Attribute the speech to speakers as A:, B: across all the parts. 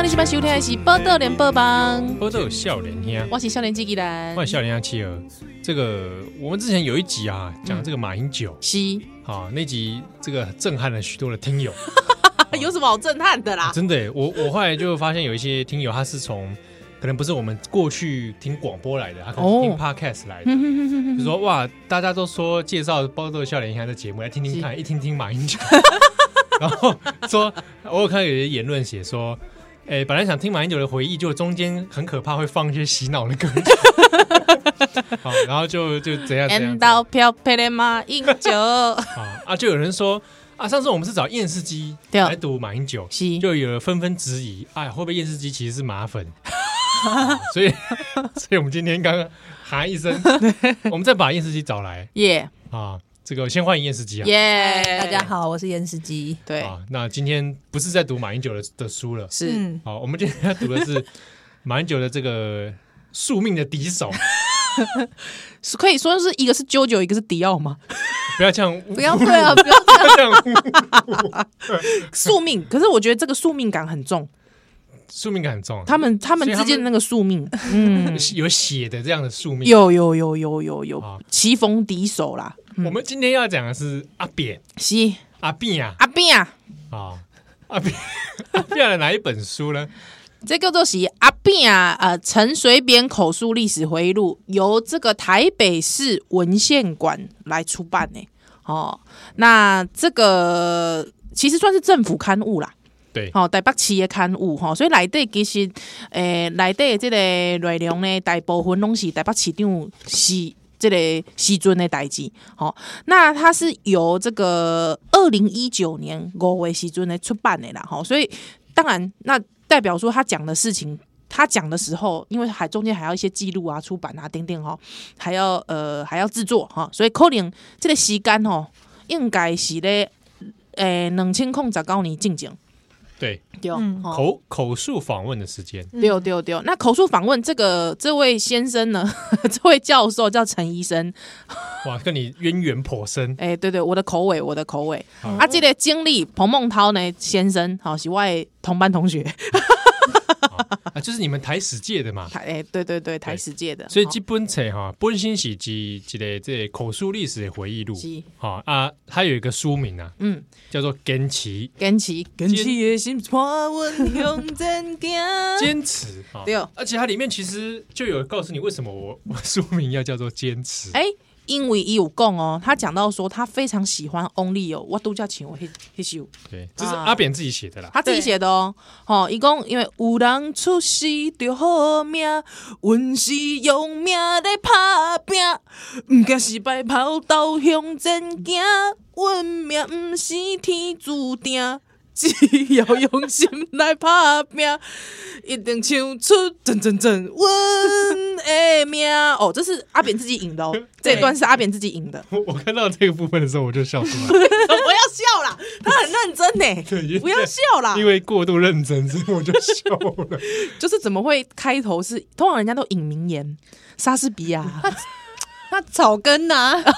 A: 你喜欢收听的是《报道联播帮》，
B: 波豆有笑脸兄，
A: 我是少年机器人
B: 欢迎，笑脸兄企鹅。这个我们之前有一集啊，讲这个马英九，
A: 是
B: 啊，那集这个震撼了许多的听友。
A: 啊 有什么好震撼的 啦？
B: 哦真的耶，我我后来就发现有一些听友他是从可能不是我们过去听广播来的，他可能是听
A: 哦
B: podcast 来的， 就说哇，大家都说介绍包豆笑脸兄的节目，来听听看，一听听马英九， 然后说我有看到有些言论写说。哎，本来想听马英九的回忆，就中间很可怕，会放一些洗脑的歌曲。 好，然后就就怎样怎样
A: 烟刀飘飘的马英 九，
B: 啊啊！就有人说啊，上次我们是找验尸机
A: 对
B: 来读马英九，
A: 是
B: 就有人纷纷质疑，哎，会不会验尸机其实是马粉？ 啊所以，所以我们今天刚刚喊一声， 我们再把验尸机找来
A: 耶
B: 啊。这个先欢迎验尸机啊。
A: 耶，
C: 大家，好，我是严司机。
A: 对，
B: 啊，那今天不是在读马英九的的书了，
A: 是，
C: 嗯
B: 好、我们今天要读的是马英九的这个宿命的敌手，
A: 是可以说是一个是啾啾，一个是迪奥 吗？
B: 不要这样，
C: 不要对啊，不要
B: 不要这样，
A: 宿命，可是我觉得这个宿命感很重，
B: 宿命感很重啊，
A: 他们嗯他们
B: 所以他
A: 之
B: 们
A: 间的那个宿 命，嗯，
B: 有血的这样的宿命。
A: 有有有有有
B: 啊
A: 有，棋逢敌手啦，
B: 我们今天要讲的是阿扁、
A: 是
B: 阿扁啊，
A: 阿扁啊，
B: 啊，阿扁 阿扁的哪一本书呢？
A: 这叫做是阿扁啊，呃，陈水扁口述历史回忆录，由这个台北市文献馆来出版呢。哦，那这个其实算是政府刊物啦。
B: 对
A: 吼、台北市的刊物吼、所以内底其实诶，内底的这个内容呢，大部分拢是台北市长是这个时阵的代志。吼、那它是由这个二零一九年五月时阵呢出版的啦。吼、所以当然那代表说他讲的事情。他讲的时候，因为还中间还要一些记录啊、出版啊、等等吼，还要呃还要制作哈、所以可能这个时间吼、应该是咧诶两千零十九年进前。
B: 对，
A: 对，
C: 嗯
A: 吼
B: 口口述访问的时间，
A: 对对对，那口述访问这个这位先生呢， 这位教授叫陈医生，
B: 哇，跟你渊源颇深
A: 哎、对对，我的口尾，我的口尾、
B: 好
A: 啊，这个经历彭孟涛呢先生，好、是我的同班同学，
B: 啊，就是你们台史界的嘛。
A: 台哎、对对对，台史界的，哦
B: 所以
A: 吼
B: 这本册哈，本身是一一个这个口述历史的回忆录
A: 是，
B: 好啊，它有一个书名啊，
A: 嗯，
B: 叫做《坚持
A: 跟其跟
B: 其
A: 的心破稳 向前
C: 嗯
A: 行，
B: 坚持》啊
A: 嗯对，哦
B: 而且它里面其实就有告诉你为什么我 我书名要叫做《坚持》。
A: 哎、因为伊有讲哦，他讲到说他非常喜欢 Only 哦，我度假请我去去修。
B: 对，这是
A: 啊
B: 阿扁自己写的啦。
A: 他自己写的哦，吼，伊讲因为有人出世就好命，阮是用命咧打拼，毋惊失败跑到向前行，阮命毋是天注 定，只要用心来打拼，一定唱出真真真阮的命。哦，这是阿扁自己引 的哦，这一段是阿扁自己引的，
B: 我我看到这个部分的时候，我就笑出来，
A: 不要笑啦，他很认真
B: 对因为
A: 呢，不要笑啦，
B: 因为过度认真，所以我就 笑了。
A: 就是怎么会开头是通常人家都引名言，莎士比 亚
C: 那草根啊呐、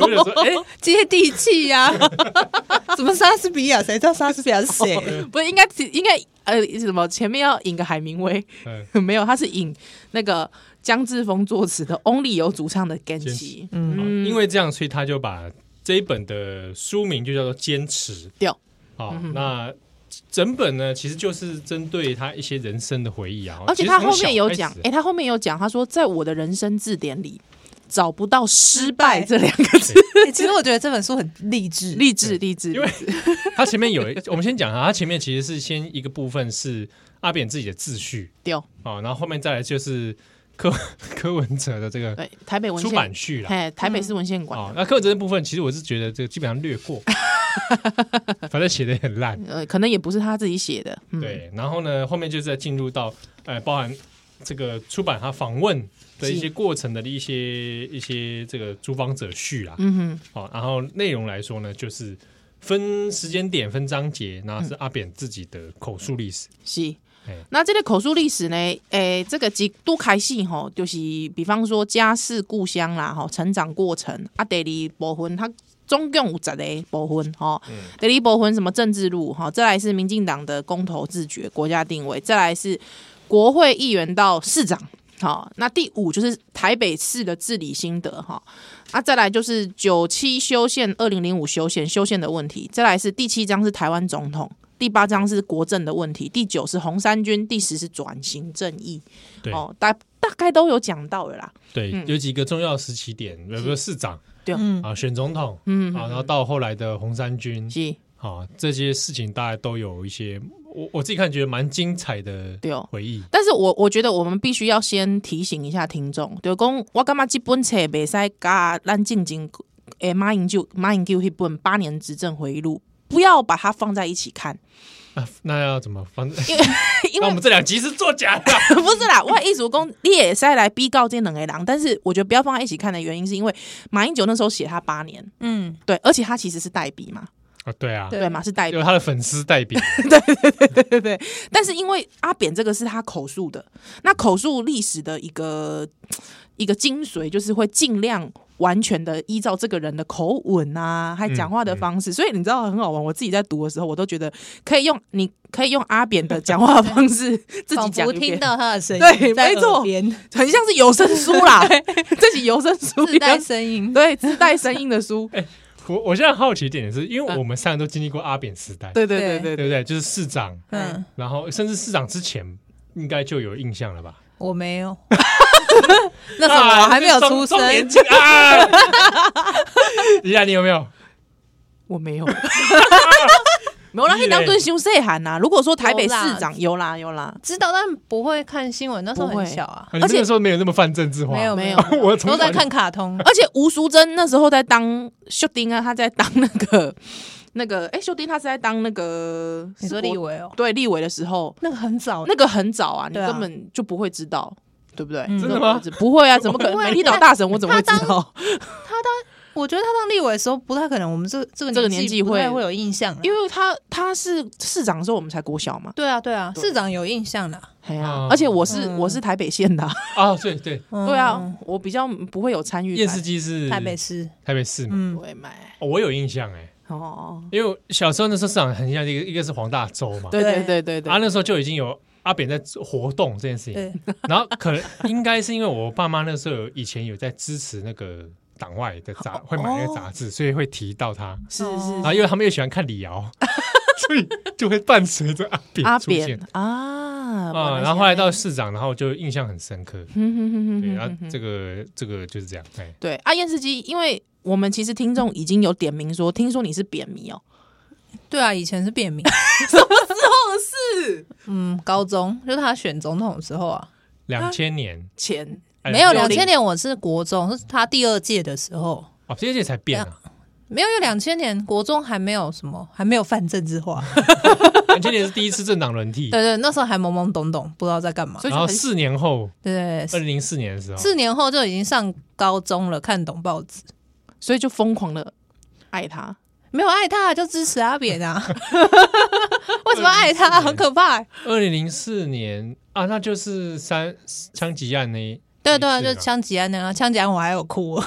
B: 我就说， 哎、
C: 接地气啊呀、 什么莎士比亚？谁知道莎士比亚是 谁？
A: 不是应该应该呃什么前面要引个海明威，
B: 嗯，
A: 没有，他是引那个江志峰作词的 Only 有主唱的 g e n
B: 坚
A: i
B: 持因为这样，所以他就把这一本的书名就叫做《坚持》
A: 对
B: 啊、
A: 嗯
B: 那整本呢，其实就是针对他一些人生的回忆啊，
A: 而且他后面有讲，
B: 其
A: 哎、
B: 实从小开始
A: 他后面有讲，他说在我的人生字典里找不到失败
C: 失败
A: 这两个 字，
C: 欸其实我觉得这本书很励志，
A: 励志励志，
B: 因为他前面有一，我们先讲啊，他前面其实是先一个部分是阿扁自己的自序
A: 丢
B: 啊、然后后面再来就是柯柯文哲的这个
A: 对台北文
B: 出版
A: 献，
B: 序啦。
A: 哎，台北市文献馆。
B: 啊、那柯文哲的部分，其实我是觉得这个基本上略 过，反正写的很烂。
A: 呃，可能也不是他自己写的，嗯，
B: 对，然后呢，后面就再进入到呃，包含这个出版他访问的一些过程的一些一些这个主访者序啦，
A: 嗯哼，
B: 好、然后内容来说呢，就是
A: 嗯
B: 分时间点、分章节，然后是阿扁自己的口述历史。
A: 是。
B: 嘿
A: 那这个口述历史呢，诶、这个几度开始吼，就是比方说家世、故乡啦，吼，成长过程啊，第二部分它总共有十个部分吼，第二部分什么政治路哈，吼再来是民进党的公投自觉、国家定位，再来是国会议员到市长。好，那第五就是台北市的治理心得哈，啊，再来就是九七修宪、二零零五修宪、修宪的问题，再来是第七章是台湾总统，第八章是国政的问题，第九是红三军，第十是转型正义，
B: 对
A: 哦，大大概都有讲到了啦，
B: 对，有几个重要时期点，比如说市长，
A: 嗯对
C: 嗯
B: 啊，选总统，
A: 嗯
B: 啊，然后到后来的红三军，
A: 是，
B: 啊，这些事情大家都有一些，我我自己看觉得蛮精彩的
A: 对哦。
B: 回忆。
A: 但是我我觉得我们必须要先提醒一下听众，就讲我感觉这本册袂使甲咱进前诶马英九马英九迄本《八年执政回忆录》，不要把它放在一起看，
B: 啊、那要怎么反正？
A: 因
B: 那
A: 为
B: 我们这两集是作假 的啊，
A: 不是啦，我的意思讲，你也是来逼告这两个人，但是我觉得不要放在一起看的原因，是因为马英九那时候写他八年，
C: 嗯，
A: 对，而且他其实是代笔嘛，
B: 啊对啊，
A: 对嘛是代笔
B: 有，他的粉丝 代表，
A: 对对。但是因为阿扁这个是他口述的，那口述历史的一个一个精髓，就是会尽量完全的依照这个人的口吻啊，还讲话的方式。所以你知道很好玩，我自己在读的时候，我都觉得可以用，你可以用阿扁的讲话方式自己
C: 仿
A: 讲
C: 佛
A: 一遍
C: 听。到他的声音，
A: 对
C: 在
A: 没错
C: 耳边
A: 很像是有声书啦， 自己有声书
C: 自
A: 一样
C: 带 声音，
A: 对，自带声音的 书，
B: 我我现在好奇一点也是，因为我们三个都经历过阿扁时代，
A: 对对对对
B: 对
A: 对，
B: 不对？就是市长，
C: 嗯，
B: 然后甚至市长之前应该就有印象了吧？
C: 我没有， 哎那时候我还没有出
B: 啊中，
C: 生
B: 中年轻啊！ 依然你有没有？
A: 我 没有，没有啦，那
B: 你嘞
A: 当顿修细喊呐。如果说台北
C: 有啦
A: 市长有啦有啦，
C: 知道但不会看新闻，那时候很小啊，
B: 啊你们
A: 而且
B: 那时候没有那么泛政治化，，
C: 没有没有
B: 我从
C: 都
B: 小
C: 在看卡 通，
A: 而且吴淑珍那时候在当秀丁啊，她在当那个 那个，哎，秀丁她是在当那个
C: 你说
A: 是国
C: 立委哦，
A: 对立委的时候，
C: 那个很早，
A: 那个很早啊，你
C: 对啊
A: 根本就不会知道。对不对？
C: 嗯
B: 真的吗？
A: 不会啊，怎么可能？
C: 不会
A: 美丽岛大神，我怎么会知
C: 他
A: 道？
C: 我觉得他当立委的时候不太可能，我们这这个
A: 这个年纪
C: 不太
A: 会
C: 会有印象啦，
A: 因为他他是市长的时候，我们才国小嘛。
C: 对啊对啊，市长有印象啦，
A: 哎呀
B: 哦，
A: 而且我是
C: 嗯
A: 我是台北县的啊，
B: 啊，对对，
C: 嗯
A: 对啊，，我比较不会有参与
B: 电
A: 感
B: 视，机是
C: 台北市，
B: 台北市嘛，
C: 嗯
A: 不，会买
B: 哦我有印象哎，
A: 哦。
B: 因为我小时候那时候市长很像一个一个是黄大洲嘛，
A: 对对
C: 对
A: 对对对，
B: 啊，那时候就已经有阿扁在活动这件事情，
C: 对，
B: 然后可能应该是因为我爸妈那时候有以前有在支持那个党外的
A: 哦
B: 杂，会买那个杂志，所以会提到他。
A: 是
B: 然
A: 是
B: 后因为他们又喜欢看李 敖，所以就会伴随着阿
A: 是
B: 扁
A: 阿
B: 出现
A: 扁啊
B: 啊。然后后来到市长，然后就印象很深刻。对，啊然后
A: 嗯
B: 这个这个就是这样，哎，
A: 对啊，燕世基，因为我们其实听众已经有点名说，听说你是扁迷哦，
C: 对啊，以前是便民，
A: 是
C: 嗯，高中就是他选总统的时候啊，
B: 两千年
A: 钱
B: 哎
C: 没有两
B: 2000
C: 千年我是国中，是他第二届的时候。
B: 哦，这些才变啊，
C: 没有，因为两千年国中还没有什么，还没有泛政 治化。
B: 两千年是第一次政党轮替，
C: 对对，那时候还懵懵懂懂，不知道在干嘛。
A: 所以
B: 然
A: 就
B: 后
A: 很
B: 四年后，
C: 对对
B: 二
C: 对，
B: 零零四年的时候，
C: 四年后就已经上高中了，看懂报纸，
A: 所以就疯狂的爱他，
C: 没有爱他就支持阿扁 啊。为什么爱他？很可怕欸、
B: 二零零四年啊，那就是三枪击案那一
C: 对对啊，
B: 是
C: 就
B: 啊
C: 枪击案那样，枪击案我还有哭，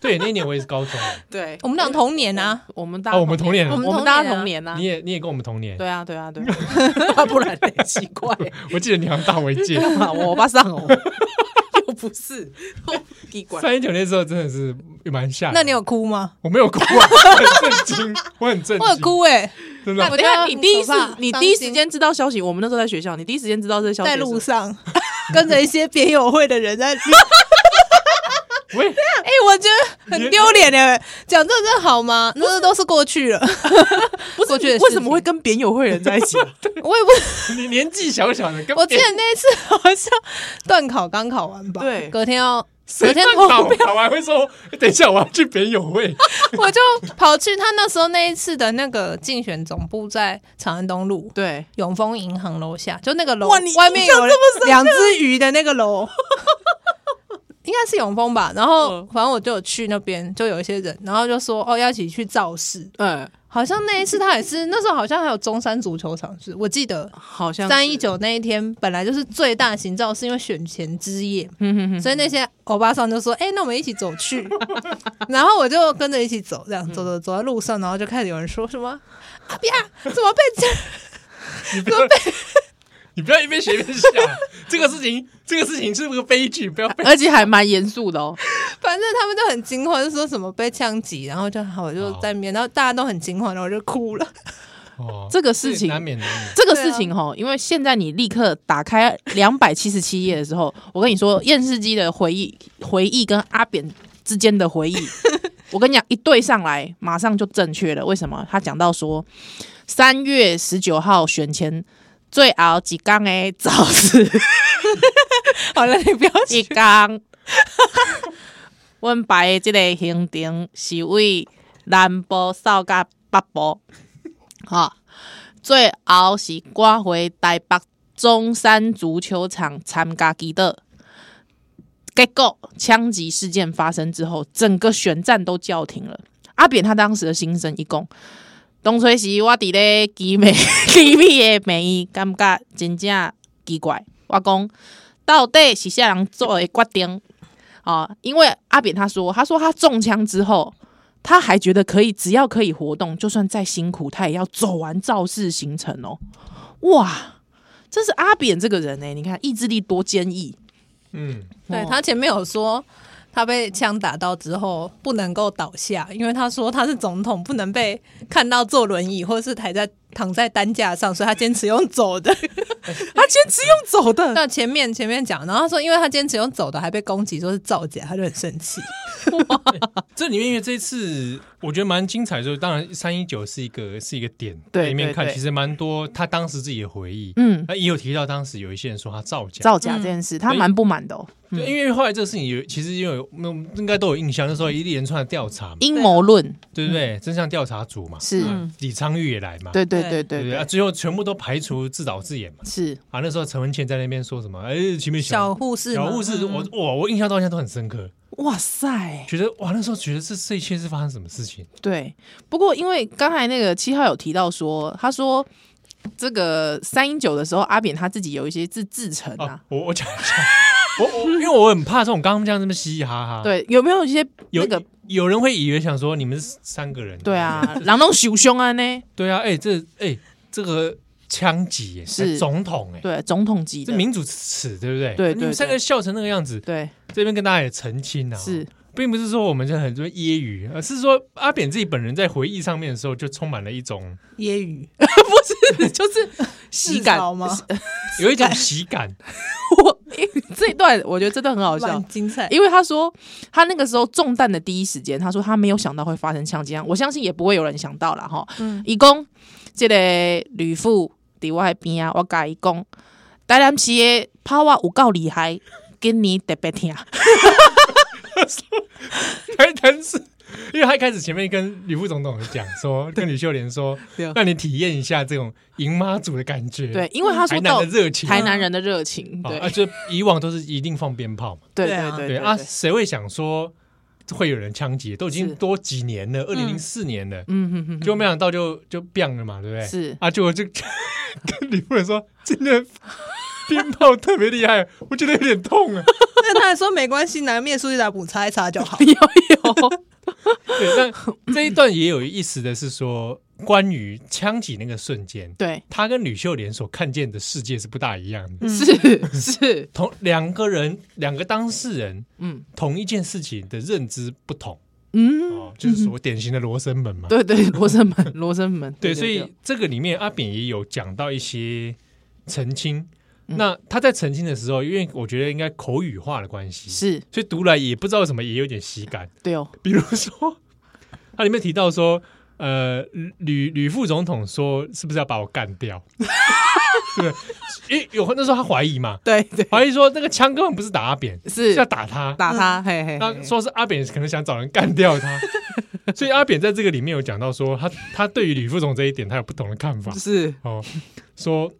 B: 对那一年我也是 高中，
A: 对
C: 我们俩同年啊。
A: 我们大
B: 啊，我们同年
A: 我
B: 了，
C: 们
A: 们
C: 同
A: 大家
C: 年啊
A: 同年呐
B: 你，也你也跟我们同年，
A: 对啊对啊对啊， 不然嘞奇怪，
B: 我记得你好像大我一 届，
A: 干嘛我巴上哦， 又不是， 奇怪，
B: 三一九那时候真的是蛮吓人。
C: 那你有哭吗？
B: 我没有哭啊，我很震惊，我很震惊，
C: 我有哭哎、
B: 真
A: 那
B: 的。
C: 我
A: 等一
C: 觉得
A: 下，
C: 很
A: 你第一
C: 可
A: 次
C: 怕，
A: 你
C: 伤
A: 第一时
C: 心
A: 间知道消息，我们那时候在学校，你第一时间知道这个消息
C: 在
A: 的时候，
C: 路上 跟着一些别友会的人在录。
B: 喂，
C: 哎、我觉得很丢脸哎，讲这真的好吗？那都是过去了，不过去的事情
A: 为什么会？跟扁友会人在一 起啊？
C: 我也不，
B: 你年纪小小的，跟哎
C: 我之前那一次好像段考刚考完吧，
A: 对
C: 隔天要隔
B: 谁
C: 天
B: 看
C: 投
B: 到
C: 票，
B: 考完会说，哎等一下我要去北友会，
C: 我就跑去他那时候那一次的那个竞选总部在长安东路。
A: 对，
C: 永丰银行楼下，就那个楼
A: 哇你
C: 外面有两只鱼的那个楼，应该是永丰吧。然后
A: 嗯
C: 反正我就有去那边，就有一些人，然后就说哦要一起去造势。
A: 呃，
C: 好像那一次他也是，那时候好像还有中山足球场是，我记得
A: 好像
C: 三
A: 是
C: 一，九那一天本来就是最大型造势，因为选前之夜，
A: 嗯哼哼
C: 所以那些欧巴桑就说：“哎、那我们一起走去。” 然后我就跟着一起走，这样走走走在路上，然后就开始有人说什么：“阿比亚怎么被这
B: 你不要， 你不要一边学一边笑。这个事情，这个事情是不是个悲剧？不要被
A: 而且还蛮严肃 的哦。
C: 反正他们就很惊慌，就说什么被枪击，然后就好，我就在面，然后大家都很惊慌，然后我就哭了。
B: 哦，
A: 这个事情
B: 难免难免。
A: 这个事情哈，
C: 啊
A: 因为现在你立刻打开两百七十七页的时候，我跟你说，验视机的回忆、回忆跟阿扁之间的 回忆，我跟你讲，一对上来马上就正确了。为什么？他讲到说，三月十九号选前最熬几缸诶，早是
C: 好了，你不要
A: 一
C: 去。
A: 缸。阮爸的即个行程是为南部扫甲北部，哈、最后是赶回台北中山足球场参加祈祷。结果枪击事件发生之后，整个选战都叫停了。阿扁他当时的心声一共，当初是我伫咧奇美 奇美的美医，感觉真正奇怪。我讲到底是啥人做的决定啊？因为阿扁他说，他说他中枪之后，他还觉得可以，只要可以活动，就算再辛苦，他也要走完造势行程哦。哇，这是阿扁这个人呢、欸你看意志力多坚毅。
B: 嗯，
C: 对
A: 哦
C: 他前面有说。他被枪打到之后不能够倒下，因为他说他是总统，不能被看到坐轮椅或是躺在躺在担架上，所以他坚持用走的。
A: 他坚持用走的，
C: 到前面前面讲，然后他说因为他坚持用走的，还被攻击说是造假，他就很生气。
B: 这里面因为这一次我觉得蛮精彩的，就是当然三一九是一个是一个点，
A: 对
B: 里面
A: 对
B: 看
A: 对
B: 其实蛮多他当时自己的回忆，
A: 嗯，
B: 那也有提到当时有一些人说他造假，
A: 造假这件事，他蛮不满的、哦，
B: 对，因为后来这个事情有其实也有那应该都有印象，那时候一连串的调查嘛，
A: 阴谋论
B: 对不对？真相调查组嘛，
A: 嗯是，
C: 嗯
B: 李昌钰也来嘛，
A: 对对对
B: 对
C: 对
A: 对
B: 不对啊，
A: 对，
B: 最后全部都排除自导自演嘛。
A: 是
B: 啊，那时候陈文茜在那边说什么？哎，前面
C: 小护士嘛，
B: 小护士，我
C: 嗯
B: 哇，我印象到现在都很深刻，
A: 哇塞，
B: 觉得哇，那时候觉得这这一切是发生什么事情？
A: 对。不过因为刚才那个七号有提到说，他说这个三一九的时候，阿扁他自己有一些自自成
B: 哦
A: 啊，，
B: 我我讲一下，我我因为我很怕这种刚刚这样这么嘻嘻哈哈，，
A: 对，有没有一些
B: 哦有
A: 那个
B: 有人会以为想说你们是三个人，
A: 对，啊，狼龙熊凶啊呢？
B: 对啊，哎，这哎这个枪击耶
A: 是
B: 总统哎，
A: 对，总统级
B: 这
A: 的，
B: 民主之耻，对不对？
A: 对对
B: 你们三个
A: 对
B: 笑成那个样子，
A: 对
B: 这边跟大家也澄清啊，
A: 是，
B: 并不是说我们就很多揶揄，而是说阿扁自己本人在回忆上面的时候，就充满了一种
C: 揶揄
A: 不是就是喜感
C: 自嘲吗？
B: 有一种喜感，
A: 我因为这一段我觉得这段很 好笑
C: 蛮，精彩。
A: 因为他说他那个时候中弹的第一时间，他说他没有想到会发生枪击案，我相信也不会有人想到啦。哈。
C: 嗯
A: 伊讲这个吕父伫我迄边啊，我甲伊讲，台南市的炮啊有够厉害，今年特别疼。
B: 但但是。因为他一开始前面跟吕副总统讲 说，跟吕秀莲说
A: 对，
B: 让你体验一下这种迎妈祖的感觉，
A: 对，，因为他
B: 嗯台
A: 说
B: 南
A: 到
B: 的热情，
A: 台南人的热情，
B: 啊
A: 对
B: 啊，就以往都是一定放鞭炮嘛，
A: 对
C: 对啊
A: 对
B: 对
A: 对
B: 啊，
A: 对
B: 谁会想说会有人枪击？都已经
A: 是
B: 多几年了，二零零四年了，
A: 嗯哼哼，
B: 就没想到就就变了嘛，对不对？
A: 是。
B: 啊，结果就 跟李夫人说，真的鞭炮特别厉害，我觉得有点痛啊。
C: 但他还说没关系，拿面苏一打补擦一擦就好
A: 有有，
B: 对，但这一段也有意思的是说，关于枪击那个瞬间，
A: 对，
B: 他跟吕秀莲所看见的世界是不大一样
A: 嗯
B: 的。
A: 是是，
B: 同两个人，两个当事人
A: 嗯
B: 同一件事情的认知不同，
A: 嗯，
B: 哦，就是所谓典型的罗生门嘛。
A: 对对，罗生门，罗生门，
B: 对，所以这个里面阿扁也有讲到一些澄清。
A: 嗯
B: 那他在澄清的时候，因为我觉得应该口语化的关系，
A: 是
B: 所以读来也不知道为什么，也有点喜感。
A: 对哦，
B: 比如说，它里面提到说，呃，吕吕副总统说是不是要把我干掉？ 对，因为有那时候他怀疑嘛，
A: 对对，
B: 怀疑说那个枪根本不是打阿扁，
A: 是
B: 要打他。
A: 打他，嘿嘿，
B: 那
A: 嘿
B: 说是阿扁可能想找人干掉他， 所以阿扁在这个里面有讲到说，他他对于吕副总这一点他有不同的看法
A: 是
B: 哦，说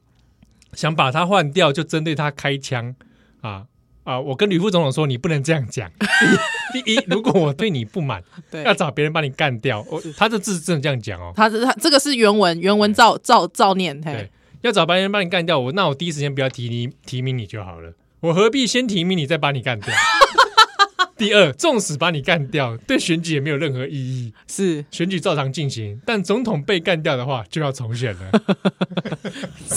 B: 想把他换掉就针对他开枪啊啊，啊、我跟吕副总统说，你不能这样讲。 第一，如果我对你不满，
A: 对
B: 要找别人把你干掉。我他的字真的这样讲哦，
A: 他这他这个是原文，原文照照照念，嘿
B: 对，，要找别人把你干掉，我那我第一时间不要提你提名你就好了，我何必先提名你再把你干掉？ 第二，纵使把你干掉，对选举也没有任何意义，
A: 是
B: 选举照常进行，但总统被干掉的话就要重 选了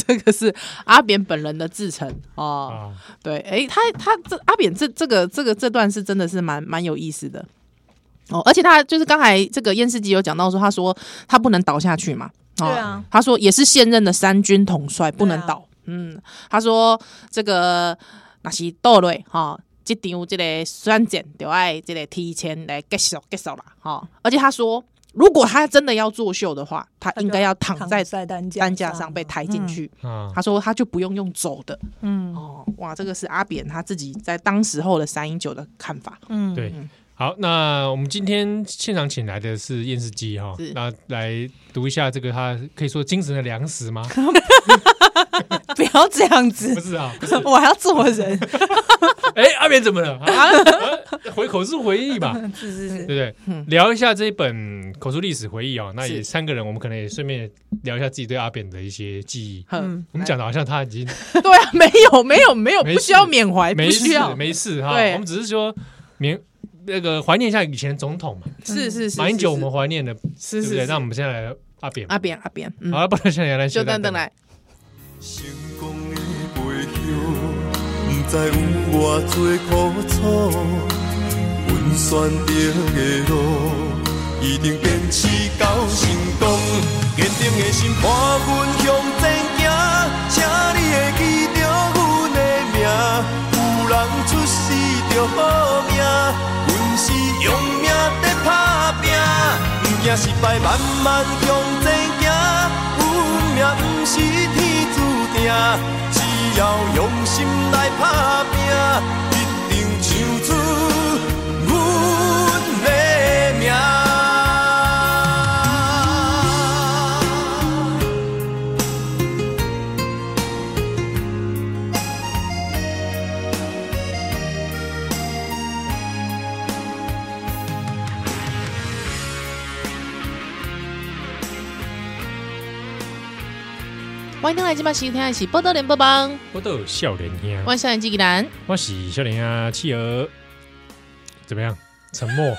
A: 这个是阿扁本人的自成哦。
B: 啊。
A: 对，诶，他他这阿扁这这个这个这段是真的是蛮蛮有意思的哦，而且他就是刚才这个燕世吉有讲到说，他说他不能倒下去嘛，哦、
C: 对啊，
A: 他说也是现任的三军统帅不能
C: 对啊
A: 倒，嗯，他说这个那是倒类哈。这场这个选战就爱这个提前来结束结束啦，哈、而且他说，如果他真的要作秀的话，他
C: 他
A: 应该
C: 就
A: 要躺在
C: 在担架
A: 担架上被抬进，去。
B: 啊
A: 他说他就不用用走的，
C: 嗯
A: 哦，哇，这个是阿扁他自己在当时候的三一九的看法，
C: 嗯，
B: 对，好，那我们今天现场请来的是验尸机哈
A: 是，
B: 那来读一下这个他可以说精神的粮 食吗？
C: 不要这样子
B: 不，是啊，不是
C: 我还要做人，
B: 哎，阿扁怎么了？啊，啊回口述回忆吧，
C: 是是
B: 对
C: 是，
B: 不对？
A: 嗯
B: 聊一下这一本口述历史回忆哦，那也
A: 是
B: 三个人，我们可能也顺便聊一下自己对阿扁的一些记忆。
A: 嗯
C: 嗯，
B: 我们讲的好像他已经
A: 对啊，没有没有没有，
B: 没
A: 不
B: 事
A: 需要缅怀，
B: 没
A: 哎不需
B: 事
A: 要，
B: 没事哈，
A: 对
B: 我们只是说缅那个怀念一下以前总统嘛，
A: 是是是，
B: 马英九我
A: 是
B: 们怀念的，对
A: 是
B: 不
A: 是
B: 对？
A: 是
B: 那我们现在来阿扁，
A: 阿扁阿扁，嗯
B: 好，，不然现在来
A: 就
B: 学
A: 等
B: 蛋
A: 等
B: 蛋
A: 来，
D: 成功的背后，不知有偌多苦楚。阮选择的路，一定坚持到成功。坚定的心伴阮向前行，请你会记着阮的名。有人出世就好命，阮是用命在打拼，不惊失败，慢慢向前行。阮命不是天注定，只要用心来打拼，一定唱出阮的名。
A: 欢迎登来今晚收听的是报道联播帮，
B: 我都有笑脸呀。
A: 我是纪吉兰，
B: 我喜笑脸啊，企鹅怎么样？沉 默，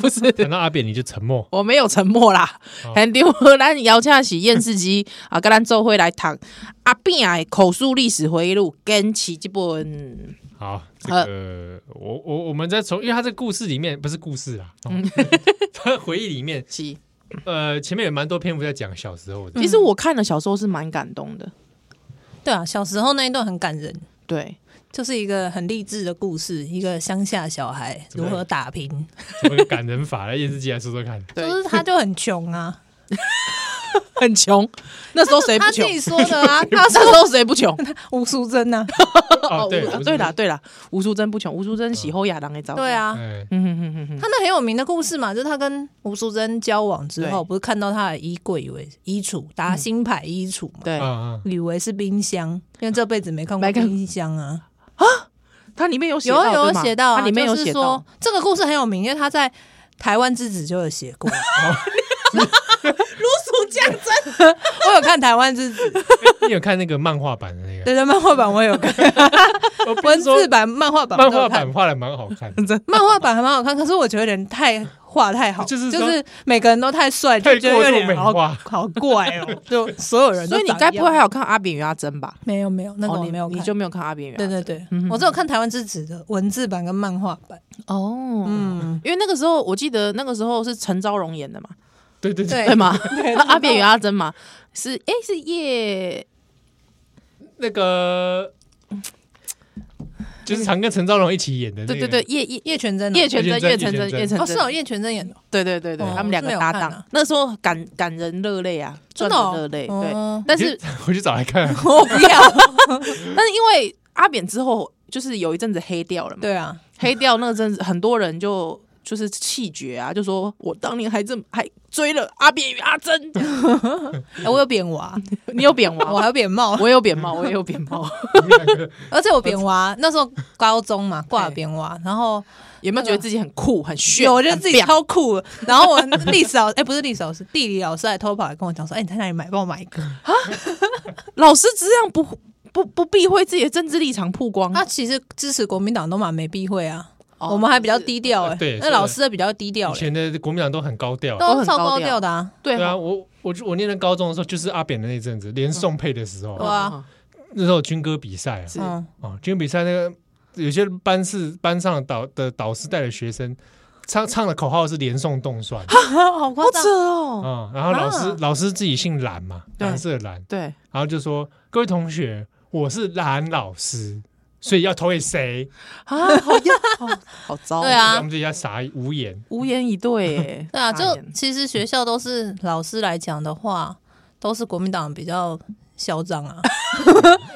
A: 不是。
B: 谈到阿扁你就沉默。
A: 我没有沉默啦
B: 哦，
A: 很丢咱邀请的是燕世基 啊，跟咱做伙来谈阿扁的口述历史回忆录，跟其这本
B: 好，这个我我我们再从，因为他这故事里面不是故事啦， 哦他、回忆里面，
A: 是。
B: 呃，前面有蛮多篇幅在讲小时
C: 嗯
B: 候的，
A: 其实我看了小时候是蛮感动的，
C: 对啊，小时候那一段很感人，
A: 对，
C: 就是一个很励志的故事，一个乡下小孩如何打拼，
B: 什么感人法，来电视机来说说看。
A: 对
C: 就是他就很穷 啊，
A: 很穷，那时候谁不
C: 他自
A: 穷？
C: 己说的啊，他
A: 那
C: 说
A: 时候谁不穷？
C: 吴淑珍啊呐，
B: 哦，对
A: 吴
B: 我是
A: 对啦，对啦，吴淑珍不穷，吴淑珍喜后亚当的照。
C: 对，啊，
B: 哎，
A: 嗯哼哼哼哼，
C: 他那很有名的故事嘛，就是他跟吴淑珍交往之
A: 对
C: 后，
A: 嗯
C: 不是看到他的衣柜以为衣橱达新牌衣橱嘛，
A: 对
B: 啊，啊，
C: 以为是冰箱，因为这辈子没看过
A: 没看
C: 冰箱啊。
A: 它里面有写
C: 有
A: 到，
C: 有
A: 对吗
C: 写到啊，
A: 它里面有
C: 就是
A: 写
C: 说
A: 到，
C: 这个故事很有名，因为他在台湾之子就有写过。
B: 哦
A: 如数家珍。
C: 我有看台湾之子，
B: 你有看那个漫画版的那 个？
C: 对对，漫画版我有 看，
B: 我不
C: 文
B: 是说
C: 字版、漫画版我
B: 漫
C: 都有
B: 画
C: 看
B: 版。画的蛮好看，
C: 漫画版还蛮好看，可是我觉得有点太画太好，
B: 就是说
C: 就是每个人都太帅，
B: 太
C: 就觉得有
B: 过度美
C: 点好
B: 化
C: 好怪哦，就所有人都
A: 所以
C: 长一
A: 你
C: 样。
A: 该不会还有看阿扁与阿珍吧？
C: 没有没有那个
A: 哦，
C: 我
A: 你
C: 没有看，
A: 你就没有看阿扁与阿
C: 对
A: 珍？
C: 对对
A: 嗯，
C: 我只有看台湾之子的文字版跟漫画版。
A: 哦，
C: 嗯，
A: 因为那个时候我记得那个时候是陈昭荣演的嘛，
B: 对对对，
C: 对
A: 对吗？
C: 对
A: 那阿扁与阿珍嘛，是诶，是叶
B: 那个就是常跟陈昭荣一起演的，
A: 对对对，叶叶
C: 叶全真哦
A: 叶全真
B: 叶
A: 叶
B: 全
A: 全
B: 真
A: 真叶
B: 叶全
A: 全
C: 哦，是哦，
A: 真，
C: 叶全真演的哦，
A: 对对对对
C: 哦，
A: 他们两个
C: 我是没
A: 搭
C: 有看
A: 档
C: 啊，
A: 那时候感感人热泪啊，
C: 真
A: 赚
C: 的哦
A: 人热泪，对
C: 哦，
A: 但
B: 我去
A: 是
B: 我去找来看啊。
C: 我不要。
A: 但是因为阿扁之后，就是有一阵子黑掉了嘛，
C: 对啊，
A: 黑掉那阵子，很多人就就是气绝啊，就说我当年还这么还追了阿扁与阿 珍，
C: 哎我有扁娃，
A: 你有扁
C: 我
A: 娃，
C: 还有扁帽，
A: 我有扁帽，我也有扁帽，
C: 而且我扁娃那时候高中嘛，挂扁娃，然后
A: 有没有觉得自己很酷很哎炫？
C: 嗯有我觉得自己
A: 很棒
C: 超酷的，然后我历史老哎、不是历史老师，地理老师还偷跑来跟我讲说，哎、你在哪里买？帮我买一个。
A: 老师这样不不不避讳自己的政治立场曝光，
C: 他其实支持国民党都蛮没避讳啊，
A: 哦
C: 我们还比较低调哎、
B: 呃对
C: 那老师的比较低调
B: 以
C: 嘞、
B: 前的国民党都很高调。
A: 都
C: 都
A: 很
C: 超
A: 高
C: 高
A: 调
C: 调的啊。
A: 对
B: 对啊，我我就我念到高中的时候，就是阿扁的那阵子，连宋配的时候，
C: 嗯哇
B: 那时候军歌比赛啊，
A: 是
C: 嗯，
B: 哦，军歌比赛那个有些班是班上的导的导师带的学生，唱唱的口号是连送动算，
C: 哦好夸
A: 好
C: 张
A: 扯。哦，
B: 啊、然后老师、
C: 啊
B: 老师自己姓蓝嘛，
A: 对
B: 蓝色蓝，
A: 对，
B: 然后就说各位同学，我是蓝老师，所以要投给谁？
A: 啊，好 呀，好好糟，
C: 对啊
B: 我们就要傻眼无言。
A: 无言以对耶，
C: 对啊，
A: 傻
C: 就
A: 眼
C: 其实学校都是老师来讲的话，都是国民党比较嚣张啊，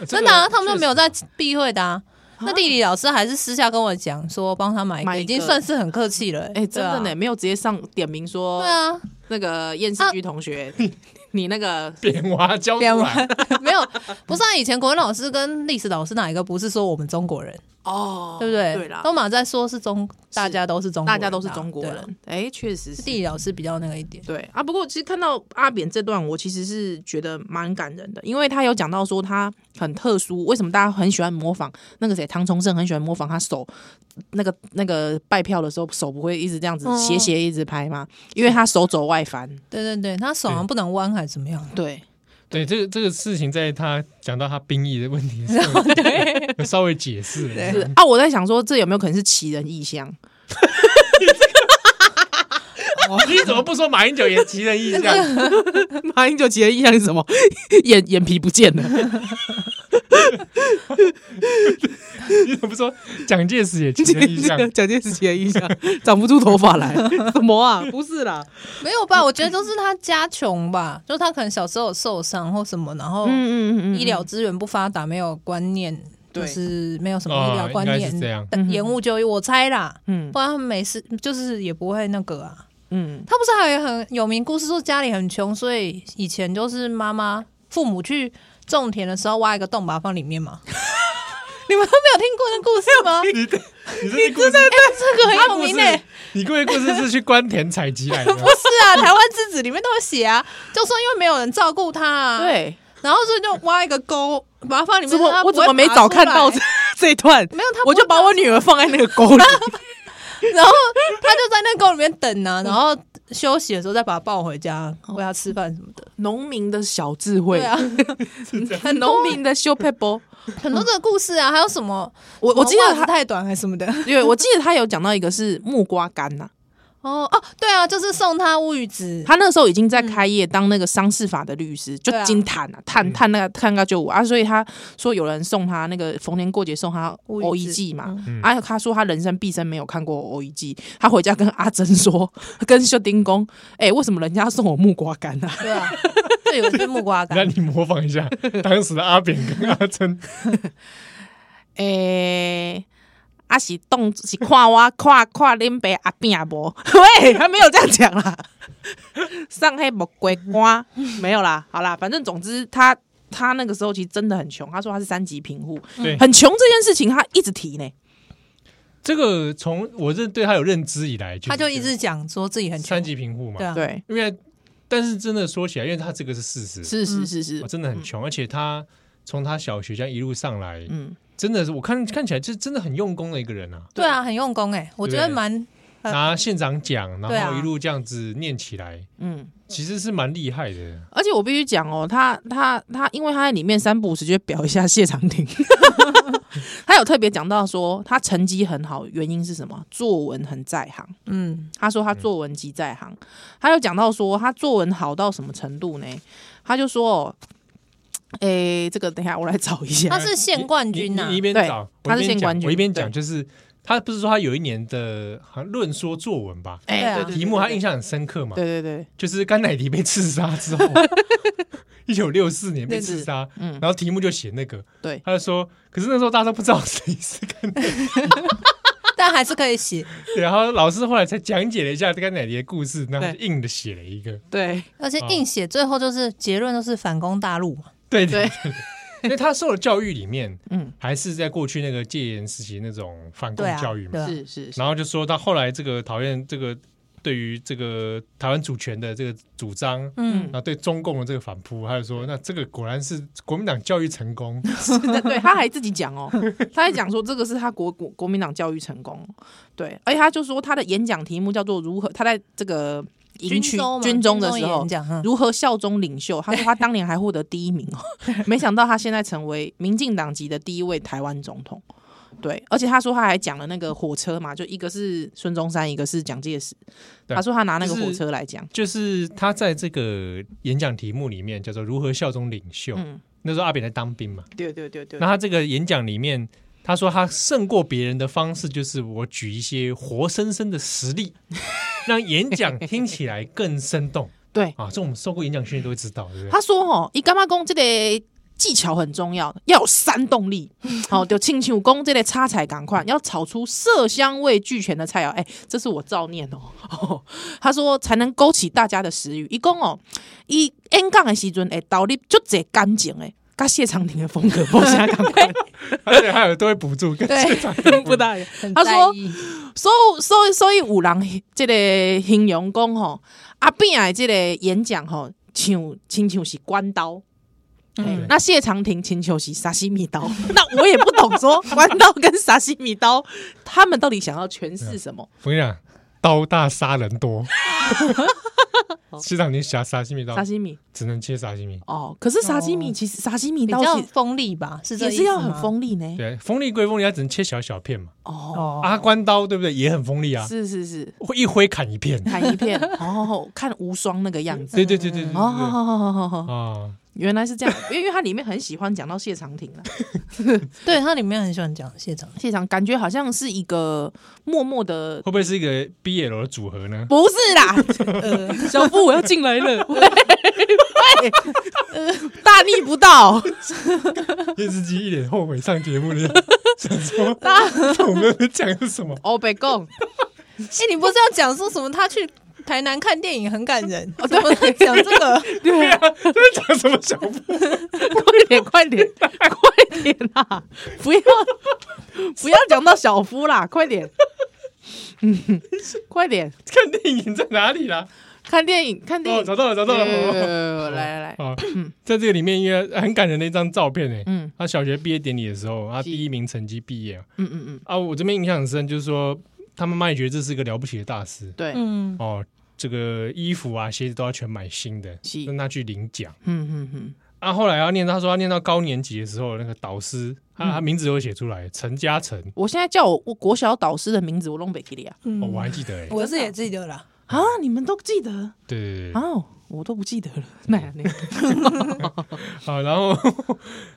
C: 真的啊，他们都没有在避讳的啊。那地理老师还是私下跟我讲说，帮他买一
A: 买
C: 个，
A: 一
C: 已经
A: 个
C: 算是很客气了、欸。
A: 哎、真的呢，没有直接上点名说
C: 对啊。对啊，
A: 那个燕世居同学，你你那个
B: 扁娃教出
C: 扁娃
B: 来，
C: 没有，不是啊。以前国文老师跟历史老师哪一个不是说我们中国人，
A: 哦，
C: 对不对？
A: 对啦，
C: 都马在说是中，大家都是中国人啊，
A: 大家都是中国
C: 对啊。
A: 人，哎、确实是
C: 地理老师比较那个一点，
A: 对啊，不过其实看到阿扁这段，我其实是觉得蛮感人的，因为他有讲到说他很特殊，为什么大家很喜欢模仿那个谁唐崇盛很喜欢模仿他手那个那个拜票的时候手不会一直这样子
C: 哦
A: 斜斜一直拍吗？因为他手肘外翻，
C: 对对对，他手好像不能弯还是怎么样？
A: 对，
B: 对这个这个事情，在他讲到他兵役的问题上， 有稍微解释了一下
A: 是啊，我在想说这有没有可能是奇人异象？
B: 哦你怎么不说马英九也奇人异 象？
A: 马英九奇人异象是什么？ 眼眼皮不见了。
B: 你怎么不说蒋介石也奇人异 象？
A: 蒋介石的印象，长不出头发 来，什么啊？不是啦，
C: 没有
A: 嗯
C: 吧？我觉得都是他家穷吧，就是他可能小时候有受伤或什么，然后
A: 嗯嗯嗯
C: 医疗资源不发达，没有观念，
A: 对
C: 就是没有什么医疗观
B: 哦应该是这样
C: 念，但延误就医，我猜啦。
A: 嗯
C: 不然他们没事，就是也不会那个啊。
A: 嗯，
C: 他不是还有很有名故事，说家里很穷，所以以前就是妈妈父母去种田的时候挖一个洞，把它放里 面嘛。你们都没有听过那故事吗？哎
B: 你这你这个故事，
C: 这个
B: 你这
C: 很
B: 个
C: 有
B: 故
C: 名欸
B: 事
C: 呢、
B: 你各位故事是去关田采集来的吗
C: 不是啊，台湾之子里面都有写啊，就说因为没有人照顾他、啊，，
A: 对，
C: 然后所以就挖一个沟，把它放里面。
A: 怎么
C: 让它不
A: 我
C: 会
A: 怎么没
C: 爬
A: 早
C: 出
A: 看到
C: 来
A: 这这一段？
C: 没有他不
A: 我就
C: 会
A: 把
C: 爬
A: 我女儿放在那个沟 里。
C: 然后他就在那沟里面等啊，然后休息的时候再把它抱回家，喂它吃饭什么的。
A: 农民的小智慧
C: 对， 啊，
A: 很农民的修 paper。
C: 很多这个故事啊，还有什么？
A: 我我记
C: 什
A: 得
C: 么袜子
A: 他，
C: 太短还是什么的。
A: 对我记得他有讲到一个是木瓜干呐，
C: 哦哦，对啊，就是送他乌鱼子。
A: 他那时候已经在开业当那个商事法的律师，就
C: 对啊
A: 金叹啊，探
B: 嗯
A: 探那个探个就我啊，所以他说有人送他那个逢年过节送他
C: 乌鱼
A: O 一
C: 子
A: 季嘛，
B: 嗯
A: 啊，他说他人生毕生没有看过 O 一季，他回家跟阿珍说，跟秀丁公，哎、为什么人家送我木瓜干啊？
C: 对啊，这有一片木瓜
B: 那
C: 干。
B: 你模仿一下当时的阿扁跟阿珍，
A: 哎、啊是动是看我看看恁爸阿扁啊无？ 喂，他没有这样讲啦，上海木瓜瓜没有啦，好啦，反正总之他他那个时候其实真的很穷，他说他是三级贫户，
B: 对
A: 很穷这件事情他一直提呢，
B: 这个从我认对他有认知以来，
C: 他就一直讲说自己很穷
B: 三，级贫户嘛
C: 对，啊，
A: 对，
B: 因为但是真的说起来，因为他这个是事实，
A: 是是是是
B: 我，哦真的很穷，而且他从他小学这样一路上来，
A: 嗯，
B: 真的是我看看起来就真的很用功的一个人啊，
C: 对啊，很用功哎，我觉得蛮呃
B: 拿县长奖，然
C: 对
B: 后
C: 啊
B: 一路这样子念起来，
A: 嗯。
B: 其实是蛮厉害的。
A: 而且我必须讲哦，他他他，因为他在里面三不五时就会表一下谢长廷， 他有特别讲到说他成绩很好，原因是什么？作文很在行。
C: 嗯，
A: 他说他作文集在行，他有讲到说他作文好到什么程度呢？他就说哦，诶、这个等一下我来找一下
C: 他。是县冠军呐
B: 你你你一边
A: 啊对
B: 找，
A: 他
B: 我
A: 是
B: 一边
A: 县
B: 讲
A: 冠军
B: 我一边讲
A: 对
B: 就是他不是说他有一年的好像论说作文吧，
A: 哎、
C: 对啊
A: 对对
B: 题目他印象很深刻嘛，
A: 对对对，
B: 就是甘乃迪被刺杀 之后，一九六四年被刺杀，
A: 嗯
B: 然后题目就写那个，
A: 对
B: 他就说，可是那时候大家都不知道谁是甘乃迪，
C: 但还是可以写，
B: 然后老师后来才讲解了一下甘乃迪的故事，然后就硬的写了一个，
A: 对
C: 而且
B: 嗯
C: 硬写最后就是结论都是反攻大陆嘛。
B: 对
A: 对，
B: 因为他受的教育里面，
A: 嗯，
B: 还是在过去那个戒严时期那种反共
C: 对啊
B: 教育嘛，
C: 对啊
A: 是是是，
B: 然后就说到后来这个讨厌这个对于这个台湾主权的这个主张，
C: 嗯
B: 然，后对中共的这个反扑，还有说那这个果然是国民党教育成功，
A: 对对，他还自己讲哦，他还讲说这个是他国国国民党教育成功，对，而且他就说他的演讲题目叫做如何，他在这个营区
C: 州嘛
A: 军中的时候
C: 演。讲，嗯
A: 如何效忠领袖？他说他当年还获得第一名哦， 没想到他现在成为民进党籍的第一位台湾总统。对，而且他说他还讲了那个火车嘛，就一个是孙中山，一个是蒋介石。
B: 对
A: 他说他拿那个
B: 就是
A: 火车来讲，
B: 就是他在这个演讲题目里面叫做如何效忠领袖。
A: 嗯，
B: 那时候阿扁在当兵嘛，
A: 对对对对
B: 那，他这个演讲里面，他说他胜过别人的方式就是我举一些活生生的 实例，让演讲听起来更生动
A: 对，
B: 啊。这我们受过演讲训练都会知道，对不对？
A: 他说吼，伊干嘛讲这个技巧很重要，要有煽动力。好、就亲像讲这个插菜赶快要炒出色香味俱全的菜肴。哎、这是我照念哦。哦 他说才能勾起大家的食欲。伊讲哦，伊演讲的时阵，哎，倒立就这感情哎，跟谢长廷的风格不相共款。
B: 而且还有都会补助，跟
C: 对
B: 市场都不大。
C: 很
A: 他
C: 在
A: 说
C: 意
A: 所以所以所以有人即个形容讲吼，阿扁的即个演讲吼，像亲像是关刀。嗯
B: 嗯、
A: 那谢长廷亲像是沙西米刀， 那我也不懂 说关刀跟沙西米刀，他们到底想要诠释什么？
B: 我跟你讲，刀大杀人 多。市场你侠沙西米刀
A: 沙西米
B: 只能切沙西米，
A: 哦，可是沙西米其实沙西米
C: 比
A: 刀
C: 较
A: 其实
C: 锋利吧，是这
A: 也
C: 意
A: 是要
C: 思
A: 很
C: 吗
A: 锋利呢。
B: 对，锋利归锋利，它只能切小小片嘛。
A: 哦，
C: 哦
B: 阿关刀对不对？也很锋利啊，
A: 是嗯是是，
B: 会一挥砍 一片。
A: 砍一 片，哦，看无双那个样子。
B: 嗯对对对对对对
A: 哦，好
B: 对
A: 好好好好，
B: 啊！
A: 原来是这样，因为因为它里面很喜欢讲到谢长廷了。
C: 对，它里面很喜欢讲谢长 廷，
A: 谢长感觉好像是一个默默的
B: 会，不会是一个 BL 的组合呢？
A: 不是啦，呃， 小布我要进来 了，喂喂，呃大逆不道。
B: 电视机一脸后悔上节目的样 子，想说 我们讲的是什么？
A: 哦，北贡，
C: 哎，你不是要讲说什么他去台南看电影很感人？哦， 怎么在讲这 个？
B: 对啊，在讲什么小布？
A: 快点，快点，快点啦！不要，不要讲到小夫啦，快点，嗯，快点
B: 看电影在哪里啦？
A: 看电影，看电
B: 哦，
A: 影，
B: 找到了，找到了。
A: 呃来来来，
B: 啊，在这个里面，因为很感人的一张照片诶，
A: 嗯
B: 他小学毕业典礼的时候，他
A: 是
B: 第一名成绩毕业啊
A: 嗯嗯嗯，
B: 啊，我这边印象很深，就是说他妈妈也觉得这是一个了不起的大师
A: 对，嗯
C: 嗯，
B: 哦，这个衣服啊、鞋子都要全买新的
A: 是，
B: 让他去领奖。
A: 嗯嗯，
B: 啊，后来要念，他说他念到高年级的时候，那个导师，
A: 嗯
B: 他他名字有写出来，陈嘉诚，
A: 我现在叫我我国小导师的名字，我弄北吉利啊
B: 哦我还记得哎，
C: 嗯我是也记得啦。
A: 啊！你们都记得
B: 对对对
C: 啊
B: 对，
A: 哦，我都不记得了， 那那个
B: 好，然后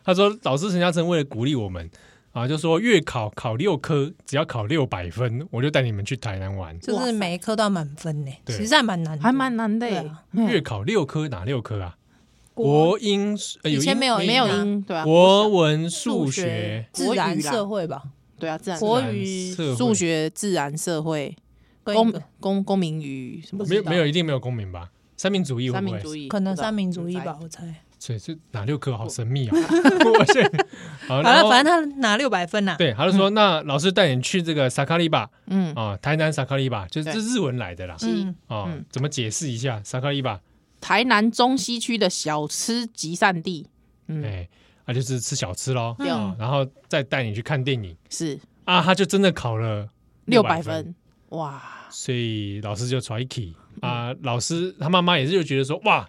B: 他说导师陈嘉诚为了鼓励我们啊，就说月考考六科，只要考六百分，我就带你们去台南玩。
C: 就是每一科都要满分呢，
B: 对
C: 其实还蛮难的，
A: 还蛮难的欸
C: 对啊，
B: 月考六科哪六科啊？
C: 国
B: 国英，呃
C: 以前
B: 英
C: 没有
A: 没有
C: 英啊
A: 音对啊，
B: 国文、数
C: 数
B: 学
C: 学、、
A: 国
C: 自然
A: 语啦
C: 社会吧，
A: 对啊，自然
C: 国
B: 自然
C: 语
B: 社会
A: 数学、自然、社会、
C: 跟一
A: 公
C: 个
A: 公公民与什么
B: 没有没有一定没有公民吧？三民主义会
A: 三
B: 不
A: 民
B: 会？
A: 主义，
C: 可能
A: 不知道
C: 三民主义吧，。我猜。
B: 所以这哪六科好神秘 哦。我现在好，
C: 好
B: 然
C: 了，
B: 后
C: 反正他拿六百分啦。 啊
B: 对，他就说那老师带你去这个萨卡利吧
A: 嗯，
B: 啊，台南萨卡利吧，就是
A: 对
B: 这日文来的啦
C: 嗯，
B: 啊
A: 嗯，
B: 怎么解释一下萨卡利吧？
A: 台南中西区的小吃集散地，嗯，
B: 哎，啊就是吃小吃喽，
A: 对
C: 嗯
B: 然后再带你去看电影
A: 是
B: 啊，他就真的考了
A: 六
B: 百
A: 百，分，哇，
B: 所以老师就传一起啊，老师他妈妈也是就觉得说哇，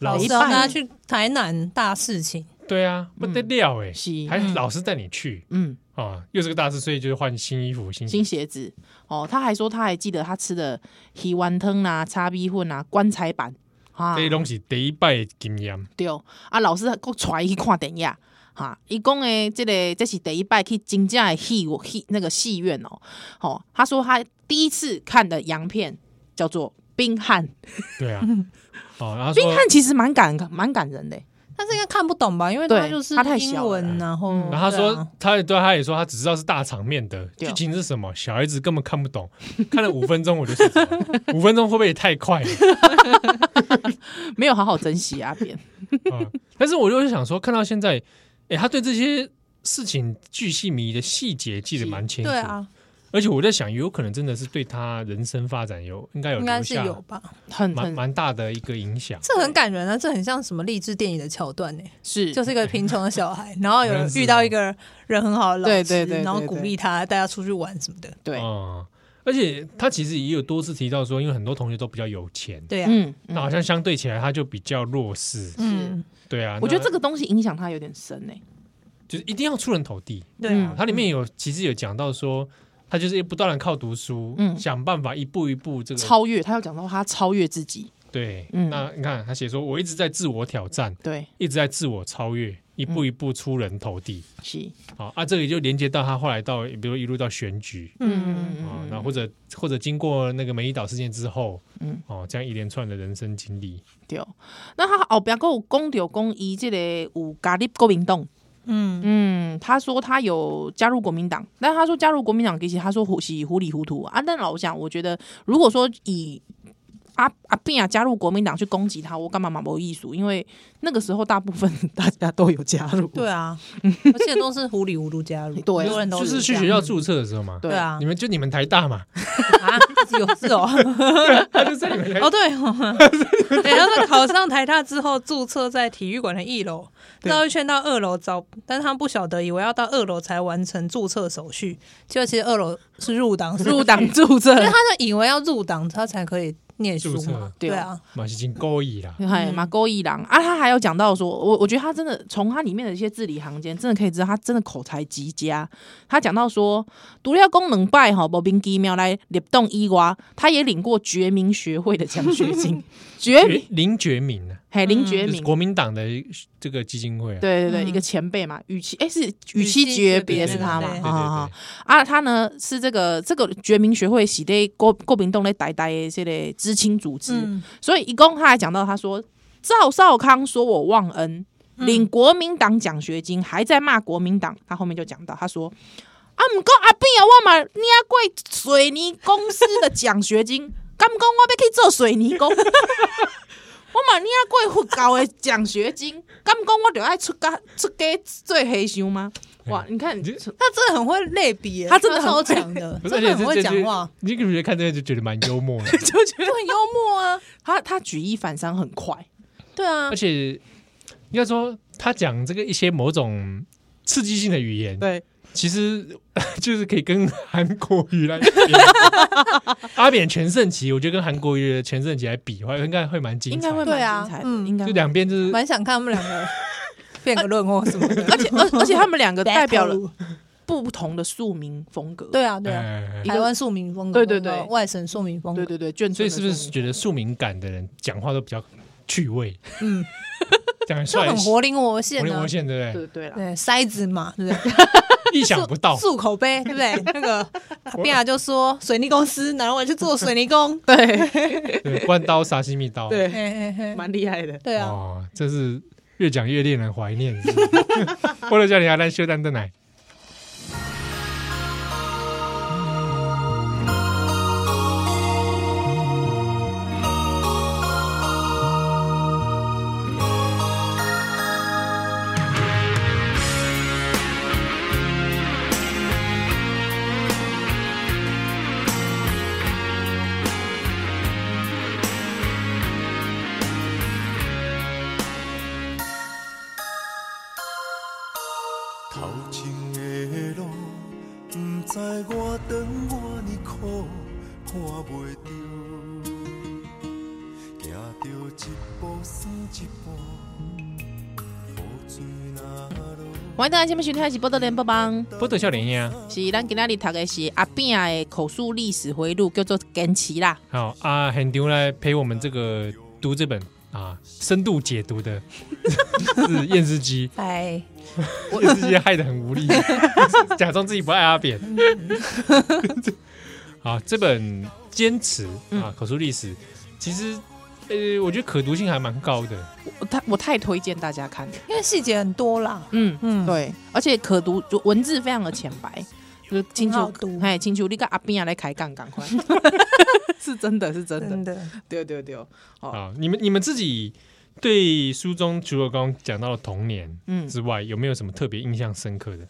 C: 老
B: 老
C: 师
B: 师
A: 一
C: 要
A: 半
C: 带他去台南大事情，
B: 对啊不得了哎，
A: 嗯是
B: 还老师带你去
A: 嗯，
B: 啊，又是个大师，所以就是换新衣服新
A: 新鞋子哦。他还说他还记得他吃的鱼丸汤啊、叉逼混啊、棺材板啊
B: 这，些东西第一拜的经验，
A: 对啊，老师还佫带伊去看电影。哈，伊讲诶，即个这是第一摆去真正的戏戏那个戏院哦。吼、他说他第一次看的洋片叫做《冰汉》，
B: 对啊，哦，然后
A: 《冰
B: 说
A: 汉》其实蛮感蛮感人的。
C: 但是应该看不懂吧？因为他
A: 对
C: 就是
A: 他太小
C: 英
A: 了
C: 文，然后
A: 嗯
B: 然后他说，
C: 对啊
B: 他也对他也说，他只知道是大场面的
A: 对
B: 剧情是什么，小孩子根本看不懂。看了五分钟我就睡着了，五分钟会不会也太快了？
A: 没有好好珍惜阿扁。
B: 啊！但是我就是想说，看到现在，哎，他对这些事情巨细靡遗的细节记得蛮清楚。
C: 对，啊，
B: 而且我在想，有可能真的是对他人生发展有应该有
C: 应
B: 留
C: 该是
B: 下
C: 有吧？
A: 很嗯
B: 蛮
A: 很
B: 蛮大的一个影响。
C: 这很感人啊，这很像什么励志电影的桥段呢、
A: 是
C: 就是一个贫穷的小孩，然后有
B: 好像是
C: 遇到一个人很好的老师，
A: 对对对对
C: 然后
A: 对
C: 鼓励他带他出去玩什么的。
A: 对，
B: 嗯，而且他其实也有多次提到说，因为很多同学都比较有钱，
C: 对啊，
A: 嗯，
B: 那好像相对起来他就比较弱势。
C: 嗯，
B: 对啊，
A: 我觉得
B: 那
A: 这个东西影响他有点深欸呢。
B: 就是一定要出人头地。
C: 对啊，
A: 嗯
B: 它里面有其实有讲到说，他就是不断的靠读书，
A: 嗯
B: 想办法一步一步这个
A: 超越，他要讲到他超越自己，
B: 对。
A: 嗯
B: 那你看他写说，我一直在自我挑战，
A: 对，
B: 一直在自我超越，一步一步出人头地。
A: 是，
B: 好啊，这个也就连接到他后来到，比如一路到选举。
C: 嗯，
B: 啊，那或者或者经过那个美丽岛事件之后，嗯
A: 嗯，
B: 哦，这样一连串的人生经历，
A: 对。那他后边还有讲到讲伊这个有加入国民党，
C: 嗯，
A: 嗯，他说他有加入国民党，但他说加入国民党，其实他说糊是糊里糊涂啊。但老实讲，我觉得如果说以阿阿扁啊加入国民党去攻击他，我干嘛嘛没艺术？因为那个时候大部分大家都有加入，
C: 对啊， 而且都是糊里糊涂加入，
A: 对
C: 很多人都
B: 就是
C: 这
B: 去
C: 样
B: 学校注册的时候嘛，
A: 对
C: 对啊
B: 你，们就你们台大嘛，
C: 啊，有 是哦，
B: 他就在你们台
C: 哦对 哦，对，他们考上台大之后注册在体育馆的一楼，绕一圈到二楼找，但是他们不晓得，以为要到二楼才完成注册手续，结果其实二楼是入党手续
A: 入党注册
C: 因为，他就以为要入党，他才可以念书
B: 注册
C: 嘛。对啊，
B: 嘛已经够矣啦，
C: 嗯
A: 哎，马沟一郎啊，他还有讲到说，我我觉得他真的从他里面的一些字里行间，真的可以知道他真的口才极佳。他讲到说，独立功能拜哈莫名其妙来立动伊娃，他也领过觉民学会的奖学 金，觉民
B: 林林觉民呢，
A: 嘿林哎觉
B: 就是
A: 民，
B: 国民党的这个基金会啊，
A: 对对对，
C: 嗯
A: 一个前辈嘛，与其哎是
C: 与
A: 与其
C: 其
A: 诀
C: 诀别
A: 别是他嘛
C: 对对
B: 对
A: 啊啊
B: 对
A: 啊，他呢是这个这个觉民学会是在郭郭明栋咧代代的这类知青组织，
C: 嗯，
A: 所以一共他还讲到，他说赵少康说我忘恩，
C: 嗯
A: 领国民党奖学金，还在骂国民党。他后面就讲到，他说啊，唔过阿扁啊，我嘛领过水泥公司的奖学金， 敢讲我要去做水泥工？ 我嘛领过佛教的奖学金，敢讲我就爱出家出家做黑修吗？哇，你看，
B: 你
C: 他真的很会类比耶，
A: 他真的很
C: 超强的，
B: 不是
C: 真的很会讲，话，
B: 而且这这这你可不觉得看这个就觉得蛮幽 默的？
A: 就觉得
C: 就很幽默啊。
A: 他他举一反三很快，
C: 对啊
B: 而，且应该说他讲这个一些某种刺激性的语言，
A: 对，
B: 其实 就是可以跟韩国瑜 来比。阿扁全盛期，我觉得跟韩国瑜的全盛期来比，话应该会蛮精
A: 应
B: 彩
A: 该
B: 的。
A: 会
C: 对啊
A: 蛮精彩的，
C: 嗯
A: 应该
B: 就
A: 会
B: 两边就是
C: 蛮想看他们两个 辩个论或什么的，
A: 而且而而且他们两个代 表了
C: Battle
A: 不同的庶民风格。
C: 对啊，对啊，
B: 哎
C: 台湾庶民风格，
A: 对对对
C: 然后外省庶民风格
A: 对，对对，眷村的
B: 所以是不
A: 庶
B: 是
A: 民
B: 觉得庶民感的人讲话都比较趣味？
C: 嗯，
B: 讲得
C: 就
B: 帅
C: 很
B: 气，
C: 活灵活
B: 活
C: 现
B: 灵
C: 啊
B: 活。现，对不
A: 对
B: 对？
A: 对啦，
C: 对筛子嘛，对不 对？
B: 意想不到，
C: 漱口杯，对不对？那个阿碧亚就说水泥公司，然后我去做水泥工，
A: 对
B: 对，关刀沙西米刀，
A: 对，
C: 嘿嘿嘿，
A: 蛮厉害 的。
C: 对啊，
B: 哦，真是越讲越令人怀念。 为了叫你阿来修蛋蛋奶，
D: 头前的路，不知我长我呢苦，看袂着，行着一步算一步，雨水若落。
A: 欢迎大家今天收听的是《波多连帮帮》，
B: 不得笑脸呀。
A: 是咱今仔日读的是阿扁的口述历史回忆录，叫做《坚持》啦。
B: 好啊，很丢来陪我们这个读这本啊深度解读的 是验尸机，
C: 哎，
B: 验尸机害得很无力， 假装自己不爱阿扁。
C: 嗯
B: 好，这本《坚持》啊，口述历史，其实呃，我觉得可读性还蛮高的。
A: 我太我太推荐大家看了，
C: 因为细节很多啦。
A: 嗯，
C: 嗯，
A: 对，而且可读，就文字非常的浅白，就是清
C: 很好
A: 楚
C: 读，
A: 哎，清楚，你跟阿斌啊来开杠， 赶快，是真的是真的，
C: 真的。
A: 对对对，哦
B: 啊，你们你们自己对书中除了刚刚讲到的童年
A: 嗯，
B: 之外，有没有什么特别印象深刻的？
C: 嗯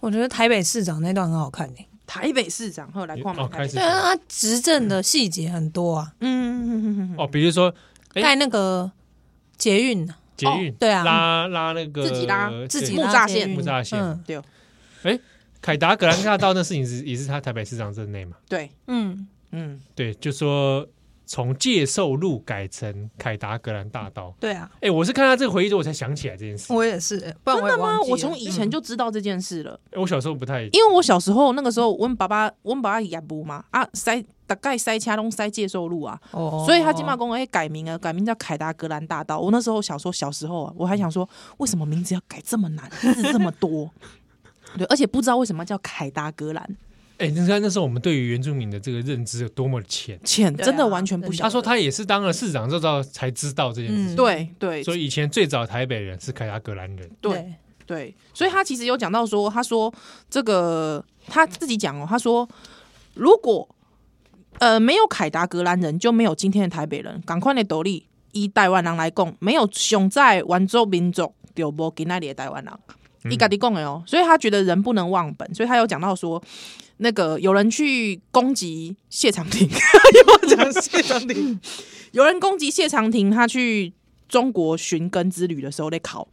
C: 我觉得台北市长那段很好看诶、
A: 台北市长后来逛
B: 哦，开始
C: 对啊，他执政的细节很多啊，
A: 嗯，
B: 哦，比如说哎
C: 盖那个捷运啊，
B: 捷运，
C: 对啊
B: 拉拉那个
A: 自己拉
B: 对
C: 自己
A: 哎木
C: 拉
A: 栅
C: 捷
A: 线
C: 运
B: 木栅线
C: 嗯
B: 凯达格兰大道那事情是也是他台北市长任内嘛？
A: 对，
C: 嗯，
A: 嗯，
B: 对，就说从介寿路改成凯达格兰大道。
C: 对啊，
B: 哎，我是看他这个回忆之后，我才想起来这件事。
C: 我也是，欸不然
A: 真
C: 我也
A: 的吗？
C: 忘记了
A: 嗯我从以前就知道这件事了，
B: 哎我小时候不太
A: 嗯因为我小时候那个时候，我们爸爸，我们爸爸也不嘛啊塞。大概塞车拢塞介寿路啊，
C: 哦
A: 所以他金马公会改名啊，改名叫凯达格兰大道。我那时候小时候小时候啊，我还想说，为什么名字要改这么难，字这么 多？对，而且不知道为什么叫凯达格兰，
B: 哎，你看那时候我们对于原住民的这个认知有多么浅。
A: 浅
C: 对啊
A: 真的完全不晓
B: 他
A: 得。
B: 说他也是当了市长之后才知道这件事情。
C: 嗯
A: 对对
B: 所以以前最早台北人是凯达格兰人，
A: 对，对，所以他其实有讲到说，他说这个他自己讲哦，他说如果呃没有凯达格兰人，就没有今天的台北人。赶快的斗笠，以台湾人来讲，没有熊在完州民族，就无今那里的台湾人。
B: 嗯
A: 伊家己讲的哦，所以他觉得人不能忘本，所以他有讲到说，那个有人去攻击谢长廷，有讲谢长廷，有人攻击谢长廷，他去中国寻根之旅的时候在考。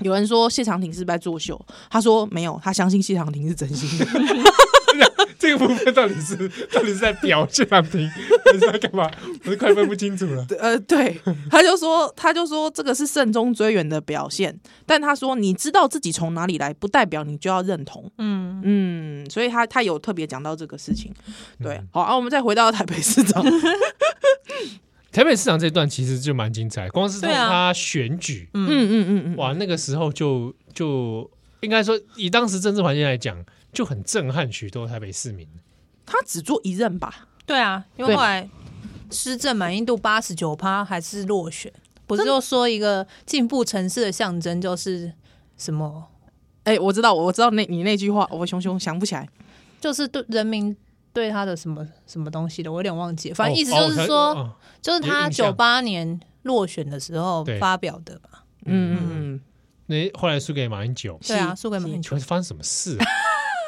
A: 有人说谢长廷是不是在作秀，他说没有，他相信谢长廷是真心的。
B: 这个部分到底是 到底是在表现朗廷，还是在干嘛？我都快分不清楚了。
A: 呃，对，他就说他就说这个是慎终追远的表现，但他说你知道自己从哪里来，不代表你就要认同。
C: 嗯，
A: 嗯，所以他他有特别讲到这个事情。对，好啊，我们再回到台北市长。
B: 台北市长这段其实就蛮精彩，光是从
C: 对啊
B: 他选举，
A: 嗯嗯嗯嗯，
B: 哇，那个时候就就应该说以当时政治环境来讲，就很震撼许多台北市民。
A: 他只做一任吧？
C: 对啊，因为后来施政满意度八十九趴还是落选，不是就说一个进步城市的象征就是什么？
A: 哎、我知道，我知道那你那句话，我熊熊想不起来。
C: 就是对人民对他的什么什么东西的，我有点忘记了。反正意思
B: 哦
C: 就
B: 哦
C: 是
B: 台
C: 说，
B: 哦
C: 就是他
B: 有印
C: 九
B: 象
C: 八年落选的时候
B: 对
C: 发表的吧？
A: 嗯嗯嗯，
B: 那、后来输给马英九，
C: 对啊，
A: 是
C: 输给马英九，
B: 请问发生什么事、啊？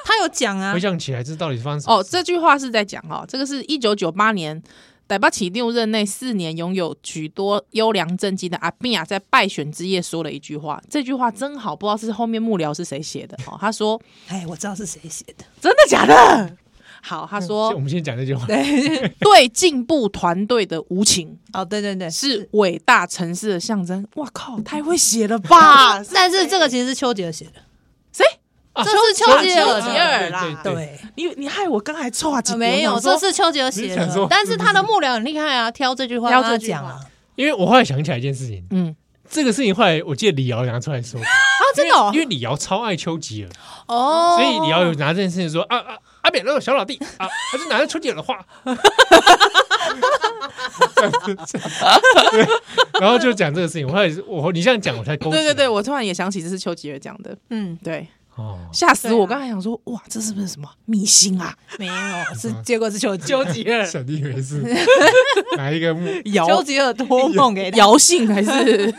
C: 他有讲啊
B: 回，想起来，这到底是发生什么
A: 哦，
B: 事？
A: 这句话是在讲哈，这个是一九九八年。逮巴奇六任内四年，拥有许多优良政绩的阿比亚在败选之夜说了一句话，这句话真好，不知道是后面幕僚是谁写的 哦。他说
C: 哎，我知道是谁写的，：“
A: 真的假的？”好，他
B: 我
A: 说
B: 们先讲这句话。
C: 对，
A: 对进步团队的无情
C: 哦，对对对，
A: 是伟大城市的象征。哇靠，太会写了吧！
C: 但是这个其实是丘吉尔写的，
A: 谁？
C: 这
B: 啊
C: 是丘吉尔
A: 丘
C: 的
A: 吉尔啦
B: 对对
C: 对，
A: 你你害我刚才错啊几
C: 呃
A: 个
C: 没有，
A: 我想
C: 这
A: 说
C: 是丘吉尔写
B: 你想说
C: 的，但是他的幕僚很厉害啊，挑这句话
A: 挑
C: 让
A: 这
C: 他
A: 句话
C: 讲啊，
B: 因为我后来想起来一件事情，
A: 嗯，
B: 这个事情后来我记得李敖拿出来说，
C: 啊，真的哦
B: 因为李敖超爱丘吉尔，
C: 哦，
B: 所以李敖有拿这件事情说啊啊阿扁那种小老弟啊， 他就拿着丘吉尔的话，对 然后就讲这个事情。我后来我你这样讲我才勾起
A: 对对
B: 来
A: 对，我突然也想起这是丘吉尔讲的，
C: 嗯，
A: 对，
B: 哦，
A: 吓死
C: 对
A: 我！
C: 啊
A: 刚才想说，哇，这是不是什么秘辛啊？
C: 没有，哦是结果是丘丘吉尔，
B: 小弟以为 是哪一个木
A: 姚
C: 丘吉尔托梦给他，
A: 姚姓还 是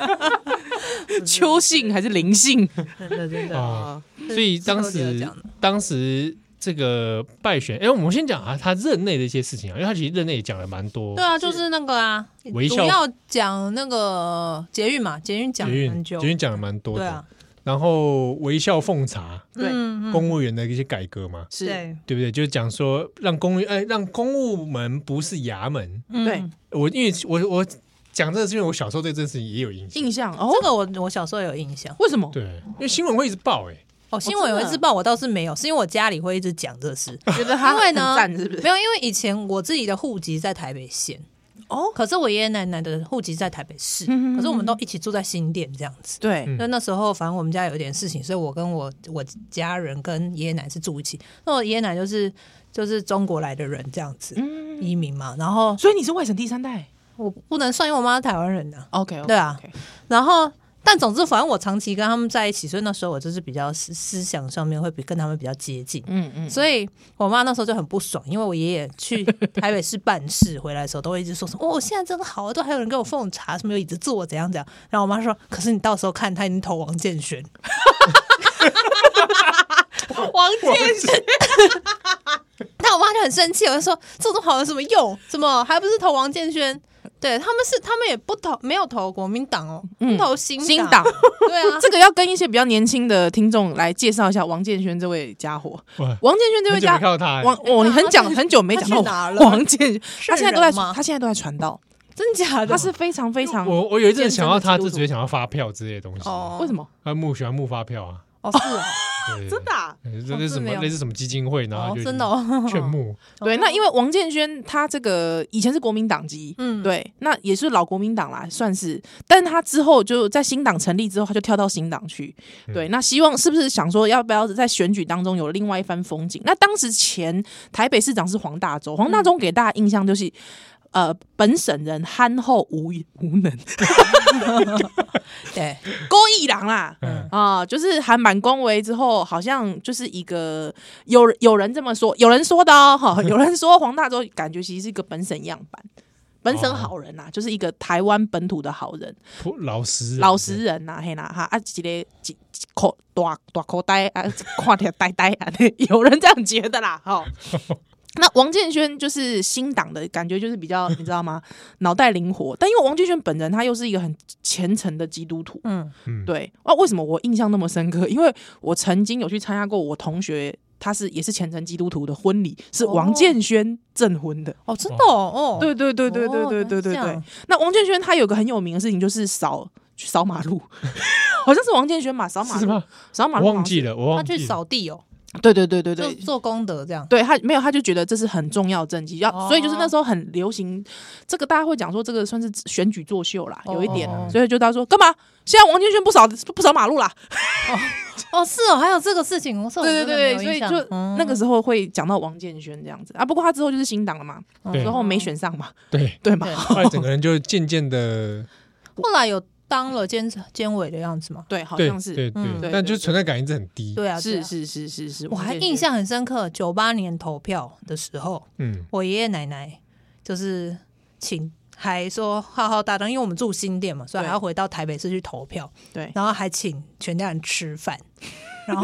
A: 邱姓还是林姓？
C: 真 的真的，
B: 啊？所以当
C: 是丘吉尔
B: 时
C: 讲的
B: 当时这个败选，哎，我们先讲啊，他任内的一些事情啊，因为他其实任内也讲了蛮多
C: 对啊，就是那个啊，
B: 微
C: 主
B: 笑
C: 要讲那个捷运嘛，捷运讲
B: 捷
C: 了
B: 运，
C: 很久，
B: 捷运讲了蛮多
C: 对
B: 的
C: 啊。，
B: 然后微笑奉茶，
A: 对
C: 嗯，嗯
B: 公务员的一些改革嘛，
A: 是，
C: 对
B: 对不对？就是讲说让公务哎让公务门不是衙门。
A: 对
C: 嗯
B: 我因为我我讲这个是因为我小时候对这件事情也有印象，
A: 印象哦
C: 这，个我我小时候有印象。
A: 为什么？
B: 对，因为新闻会一直报哎、
C: 哦，新闻有一
A: 真的
C: 次报我倒是没有，是因为我家里会一直讲这事。
A: 觉得他
C: 因为
A: 很
C: 呢
A: 赞是不是
C: 没？有，因为以前我自己的户籍在台北县，
A: 哦，
C: 可是我爷爷奶奶的户籍在台北市，
A: 嗯嗯嗯
C: 可是我们都一起住在新店这样子。
A: 对，
B: 嗯
C: 那那时候，反正我们家有一点事情，所以我跟我我家人跟爷爷奶奶是住一起。那我爷爷奶奶就是就是中国来的人这样子，移民嘛。然后
A: 所以你是外省第三代，
C: 我不能算，因为我妈是台湾人呐、
A: OK，
C: 对啊然后，但总之，反正我长期跟他们在一起，所以那时候我就是比较思思想上面会比跟他们比较接近。
A: 嗯嗯，
C: 所以我妈那时候就很不爽，因为我爷爷去 台北市办事回来的时候，都会一直说什么：“哦，现在真的好，都还有人给我奉茶，什么有椅子坐，怎样怎样。”然后我妈说：“可是你到时候看，他已经投王建轩。” 王建 轩，那我妈就很生气，我就说：“这种好有什么用？怎么还不是投王建轩？”对，他们是他们也不投，没有投国民党哦，
A: 嗯
C: 投新
A: 新党
C: 对啊，
A: 这个要跟一些比较年轻的听众来介绍一下王建轩这位家伙。
B: 哇，
A: 王建轩这
B: 很
A: 位
B: 久没
A: 家
B: 看到他、欸，
A: 王，哦，你很讲很久没讲
C: 他去哪
A: 到
C: 了
A: 王建轩，他现在都在
C: 是人吗
A: 他现在都在传道，
C: 真假的？
A: 他是非常非常
B: 我我有一阵想要
A: 健
B: 他，
A: 身
B: 就
A: 的基督徒
B: 直接想要发票之类的东西。
C: 哦
B: 哦，
A: 为什么？
B: 他募喜欢募发票啊，
C: 哦是哦，
B: 对
A: 真的啊
B: 对对这是什
C: 哦是没
B: 么
C: 有
B: 类似什么基金会，然后
C: 哦
B: 就
C: 真的哦，
B: 劝募，
A: 对，那因为王建轩他这个以前是国民党籍，
C: 嗯
A: 对，那也是老国民党啦，算是。但他之后就在新党成立之后，他就跳到新党去。对，那希望是不是想说要不要在选举当中有另外一番风景？那当时前台北市长是黄大洲，黄大
C: 嗯
A: 洲给大家印象就是。呃，本省人憨厚无无能，
C: 对，
A: 勾一郎啦，
B: 嗯
A: 啊、就是还蛮恭维之后，好像就是一个有有人这么说，有人说的哦，哈，有人说黄大洲感觉其实是一个本省样板，本省好人呐、就是一个台湾本土的好人，
B: 普老实人
A: 老实，人呐、嘿啦哈啊，一个一一口大大口袋啊，看起来呆呆啊， 有人这样觉得啦，哈、那王建轩就是新党的感觉，就是比较你知道吗？脑袋灵活，但因为王建轩本人他又是一个很虔诚的基督徒，
C: 嗯
B: 嗯，
A: 对啊，为什么我印象那么深刻？因为我曾经有去参加过我同学，他是也是虔诚基督徒的婚礼，是王建轩证婚的。
C: 哦真的哦，哦
A: 对对对对对对对对对
C: 哦原来是这样。
A: 那王建轩他有个很有名的事情，就是扫去扫马路， 好像是王建轩嘛，扫马
B: 是
A: 路
B: 吗，
A: 扫马
B: 我
A: 路，
B: 忘记。了，我
C: 他
B: 忘
C: 去
B: 记了，
C: 扫地哦，
A: 对对对对
C: 就
A: 对。
C: 做功德这样。
A: 对他没有，他就觉得这是很重要的政绩，要、
C: 哦
A: 所以就是那时候很流行，这个大家会讲说这个算是选举作秀啦，有一点，
C: 哦
A: 所以就他说干嘛？现在王建轩不扫不扫马路啦，
C: 哦，是哦，还有这个事情，我
A: 对对对，所以就那个
C: 时
A: 时候会讲到王建轩这样子啊。不过他之后就是新党了嘛，
B: 对
A: 之后没，选上嘛，
B: 对，
A: 对嘛
C: 对？
B: 后来整个人就渐渐的，
C: 后来有当了监监委的样子嘛？
A: 对，好
B: 对
A: 像是，
B: 对
C: 嗯
B: 对，但就是存在感一直很低，
C: 对啊，对
A: 是
C: 啊。
A: 是是是是，
C: 我
A: 王
C: 还
A: 建轩
C: 印，象很深刻，九八年投票的时候，
B: 嗯，
C: 我爷爷奶奶就是请还说浩浩大张，因为我们住新店嘛，所以还要回到台北市去投票，
A: 对
C: 然后还请全家人 吃饭，然后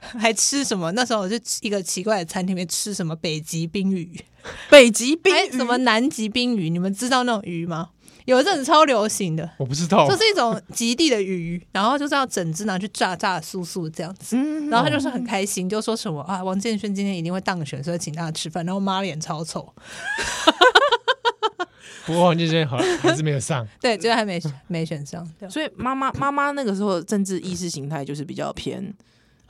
C: 还吃什么？那时候我就一个奇怪的餐厅里面吃什么北极冰鱼，
A: 北极冰
C: 还有
A: 雨
C: 哎什么南极冰鱼？你们知道那种鱼吗？有一阵子超流行的，
B: 我不知道
C: 就，是一种极地的鱼，然后就是要整只拿去炸炸酥酥这样子。然后他就是很开心，就说什么啊，王建轩今天一定会当选，所以请大家吃饭。然后我妈脸超臭，
B: 不过王建轩好像还是没有上，
C: 对，最后还没没选上。对
A: 所以妈妈妈妈那个时候的政治意识形态就是比较偏，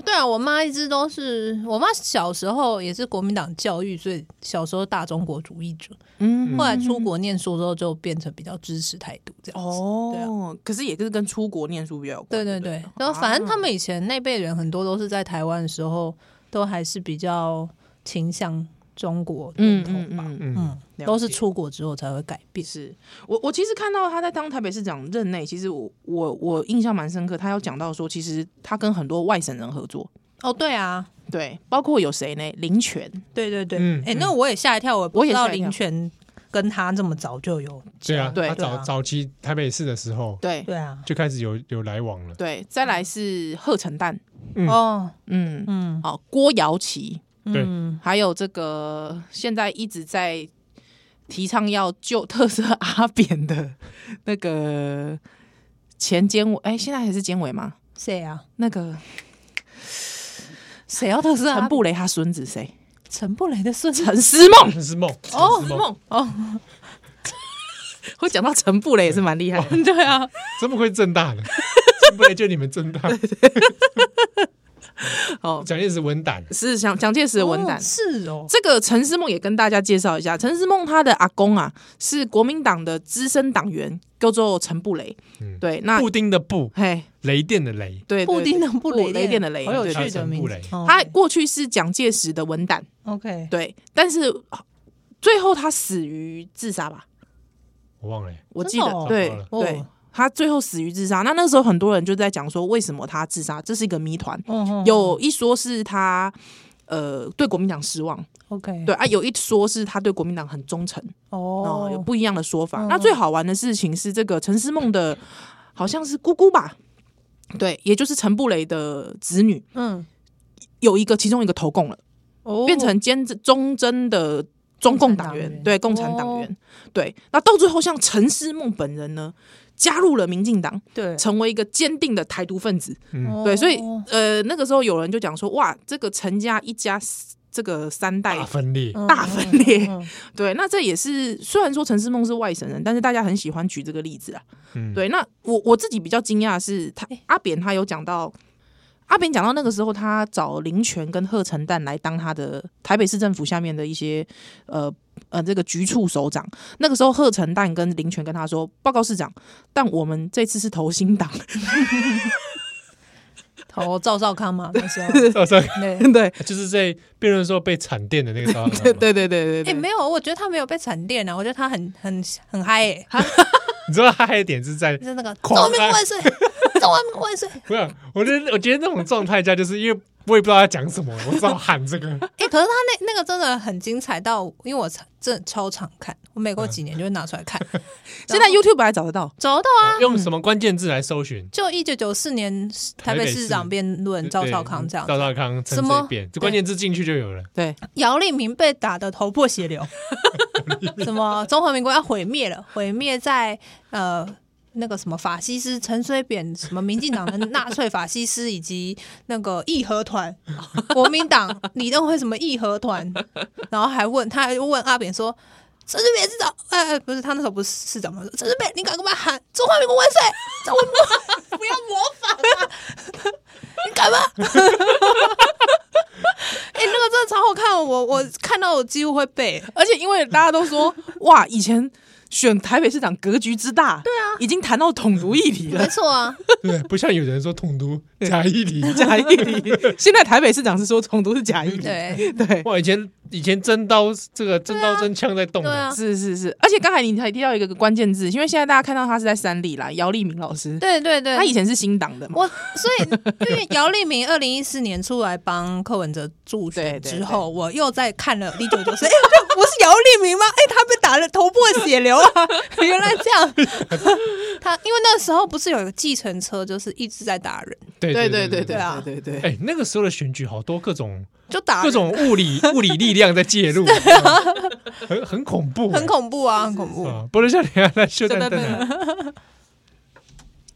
C: 对啊，我妈一直都是，我妈小时候也是国民党教育，所以小时候大中国主义者。
A: 嗯
C: 后来出国念书之后，就变成比较支持台独这样子。对啊
A: 哦，可是也是跟出国念书比较有关，
C: 对对
A: 对
C: 对
A: 不，
C: 然后
A: 啊
C: 反正他们以前那辈人很多都是在台湾的时候，都还是比较倾向中国
A: 嗯
C: 念头
A: 嗯
C: 吧，
A: 嗯嗯，嗯
B: 嗯，
A: 了
C: 都是
A: 解
C: 出国之后才会改变。
A: 是我我其实看到他在当台北市长任内，其实我我我印象蛮深刻，他有讲到说，其实他跟很多外省人合作，
C: 哦，对啊，
A: 对，包括有谁呢？林权，
C: 对对对，哎、
B: 嗯
C: 那我也吓一跳，我不
A: 我也
C: 知道
A: 吓一跳
C: 林权跟他这么早就有，
B: 对啊，
A: 对
B: 他
C: 对啊
B: 早早期台北市的时候
A: 对
C: 对啊，
B: 就开始有有来往了，
A: 对，再来是贺成旦，
B: 嗯
C: 哦，
A: 嗯，
C: 嗯
A: 好、郭瑶琪，
B: 对
C: 嗯，
A: 还有这个现在一直在提倡要救 特色阿扁的那个前监委，哎，现在还是监委吗？
C: 谁啊？
A: 那个
C: 谁要特斯
A: 陈
C: 拉？
A: 布雷他孙子谁？
C: 陈布雷的孙子
A: 陈思梦。
B: 陈思梦，
A: 哦，
B: 陈
A: 陈
B: 思梦，
A: 梦
C: 哦，
A: 会讲到陈布雷也是蛮厉害的。
C: 对啊，
B: 怎么会正大的？不然就你们正大，
A: 哦，
B: 蒋介石文胆，
A: 是蒋蒋介石的文胆。
C: 哦是哦，
A: 这个陈思梦也跟大家介绍一下，陈思梦他的阿公啊是国民党的资深党员，叫做陈布雷。
B: 嗯
A: 对，那
B: 布丁的布，
A: 嘿，
B: 雷电的雷，
A: 对，对
C: 布丁的布
A: 对
C: 雷
A: 雷电的雷，
C: 好有
A: 对
B: 啊
C: 趣的
B: 陈
C: 名
B: 布
C: 字
B: 雷。
C: 哦
A: 他过去是蒋介石的文胆，
C: OK，
A: 对，但是最后他死于自杀吧？
B: 我忘了欸，
A: 我记得，
C: 真的哦
A: 对、
C: 哦
A: 对，他最后死于自杀。那那时候很多人就在讲说，为什么他自杀？这是一个谜团。
C: 嗯哼
A: 有一说是他呃对国民党失望，
C: OK
A: 对啊，有一说是他对国民党很忠诚，哦、有
C: 哦，
A: 不一样的说法。
C: 嗯
A: 那最好玩的事情是，这个陈思梦的好像是姑姑吧，对，也就是陈布雷的子女，
C: 嗯，
A: 有一个其中一个投共了，
C: 哦
A: 变成兼忠贞的中共党员，
C: 共产党员哦
A: 对共产党员，对。那到最后，像陈思梦本人呢，加入了民进党，
C: 对，
A: 成为一个坚定的台独分子。
B: 嗯
A: 对，所以
C: 哦
A: 呃，那个时候有人就讲说，哇，这个陈家一家这个三代
B: 大分裂，
C: 嗯
A: 大分裂。
C: 嗯嗯
A: 对，那这也是虽然说陈思梦是外省人，但是大家很喜欢举这个例子啊。
B: 嗯，
A: 对，那我我自己比较惊讶的是他
C: 诶
A: 阿扁他有讲到。阿扁讲到那个时候，他找林权跟贺成旦来当他的台北市政府下面的一些呃呃这个局处首长。那个时候，贺成旦跟林权跟他说：“报告市长，但我们这次是投新党。”
C: 投赵少康嘛那时候，
B: 赵少
C: 对，
A: 对，
B: 哦 就是在辩论的时候被惨电的那个赵少康
A: 对
B: 嘛，
A: 对对 对对
C: 哎，
A: 对，
C: 没有，我觉得他没有被闪电啊，我觉得他很很很嗨欸，
B: 你知道他还有一点是 在
C: 就是那个中
B: 狂嗨
C: 华民国万岁，中华民国万岁。
B: 不是，我觉得我觉得那种状态下，就是因为我也不知道他讲什么，我只好喊这 个。哦
C: 哎、可是他那那个真的很精彩到，因为我常真的超常看，我每过几年就会拿出来看。
A: 现在 YouTube 还找得到，
C: 走到啊，
B: 用什么关键字来搜寻？
C: 就一九九四年台北市长辩论嗯赵少康这样
B: 对，赵少康陈
C: 什么
B: 水扁，这关键字进去就有 了。
A: 对，
C: 姚立明被打得头破血流，什么中华民国要毁灭了，毁灭在呃那个什么法西斯陈水扁，什么民进党的纳粹法西斯以及那个义和团，国民党李登辉什么义和团，然后还问他还问阿扁说。陈水扁市长，哎、哎，不是他那时候不是市长吗？说陈水扁，你敢干嘛喊中华民国万岁？中华民国不要模仿啊！ 你敢吗？哎、那个真的超好看，我我看到我几乎会背。
A: 而且因为大家都说，哇，以前选台北市长格局之大，对啊，已经谈到统独议题
C: 没
A: 了，
C: 错啊，
B: 对，不像有人说统独假议 题。
A: 假议题。现在台北市长是说统独是假议题，
C: 对
A: 对，
B: 哇，以前以前真刀这个真刀真枪在动
C: 啊对啊
B: 的，
A: 是是是。而且刚才你还提到一个关键字，因为现在大家看到他是在三立啦，姚立明老师，
C: 对对对，
A: 他以前是新党的嘛，
C: 我所以因为姚立明二零一四年出来帮柯文哲助选
A: 对对
C: 之后，我又在看了李九九 说，哎、这不是姚立明吗？哎、他被打了头破血流啊！ 原来这样， 他因为那时候不是有一个计程车，就是一直在打人，
B: 对
A: 对对
B: 对
A: 对
B: 对。
C: 啊
A: 对对对。
B: 哎，那个时候的选举好多各种
C: 就打人
B: 各种物 理物理力量在介入，很很恐怖，
C: 很恐怖啊，很恐怖。
B: 嗯啊！不能像你那修蛋
A: 对
B: 蛋
A: 对
B: 啊，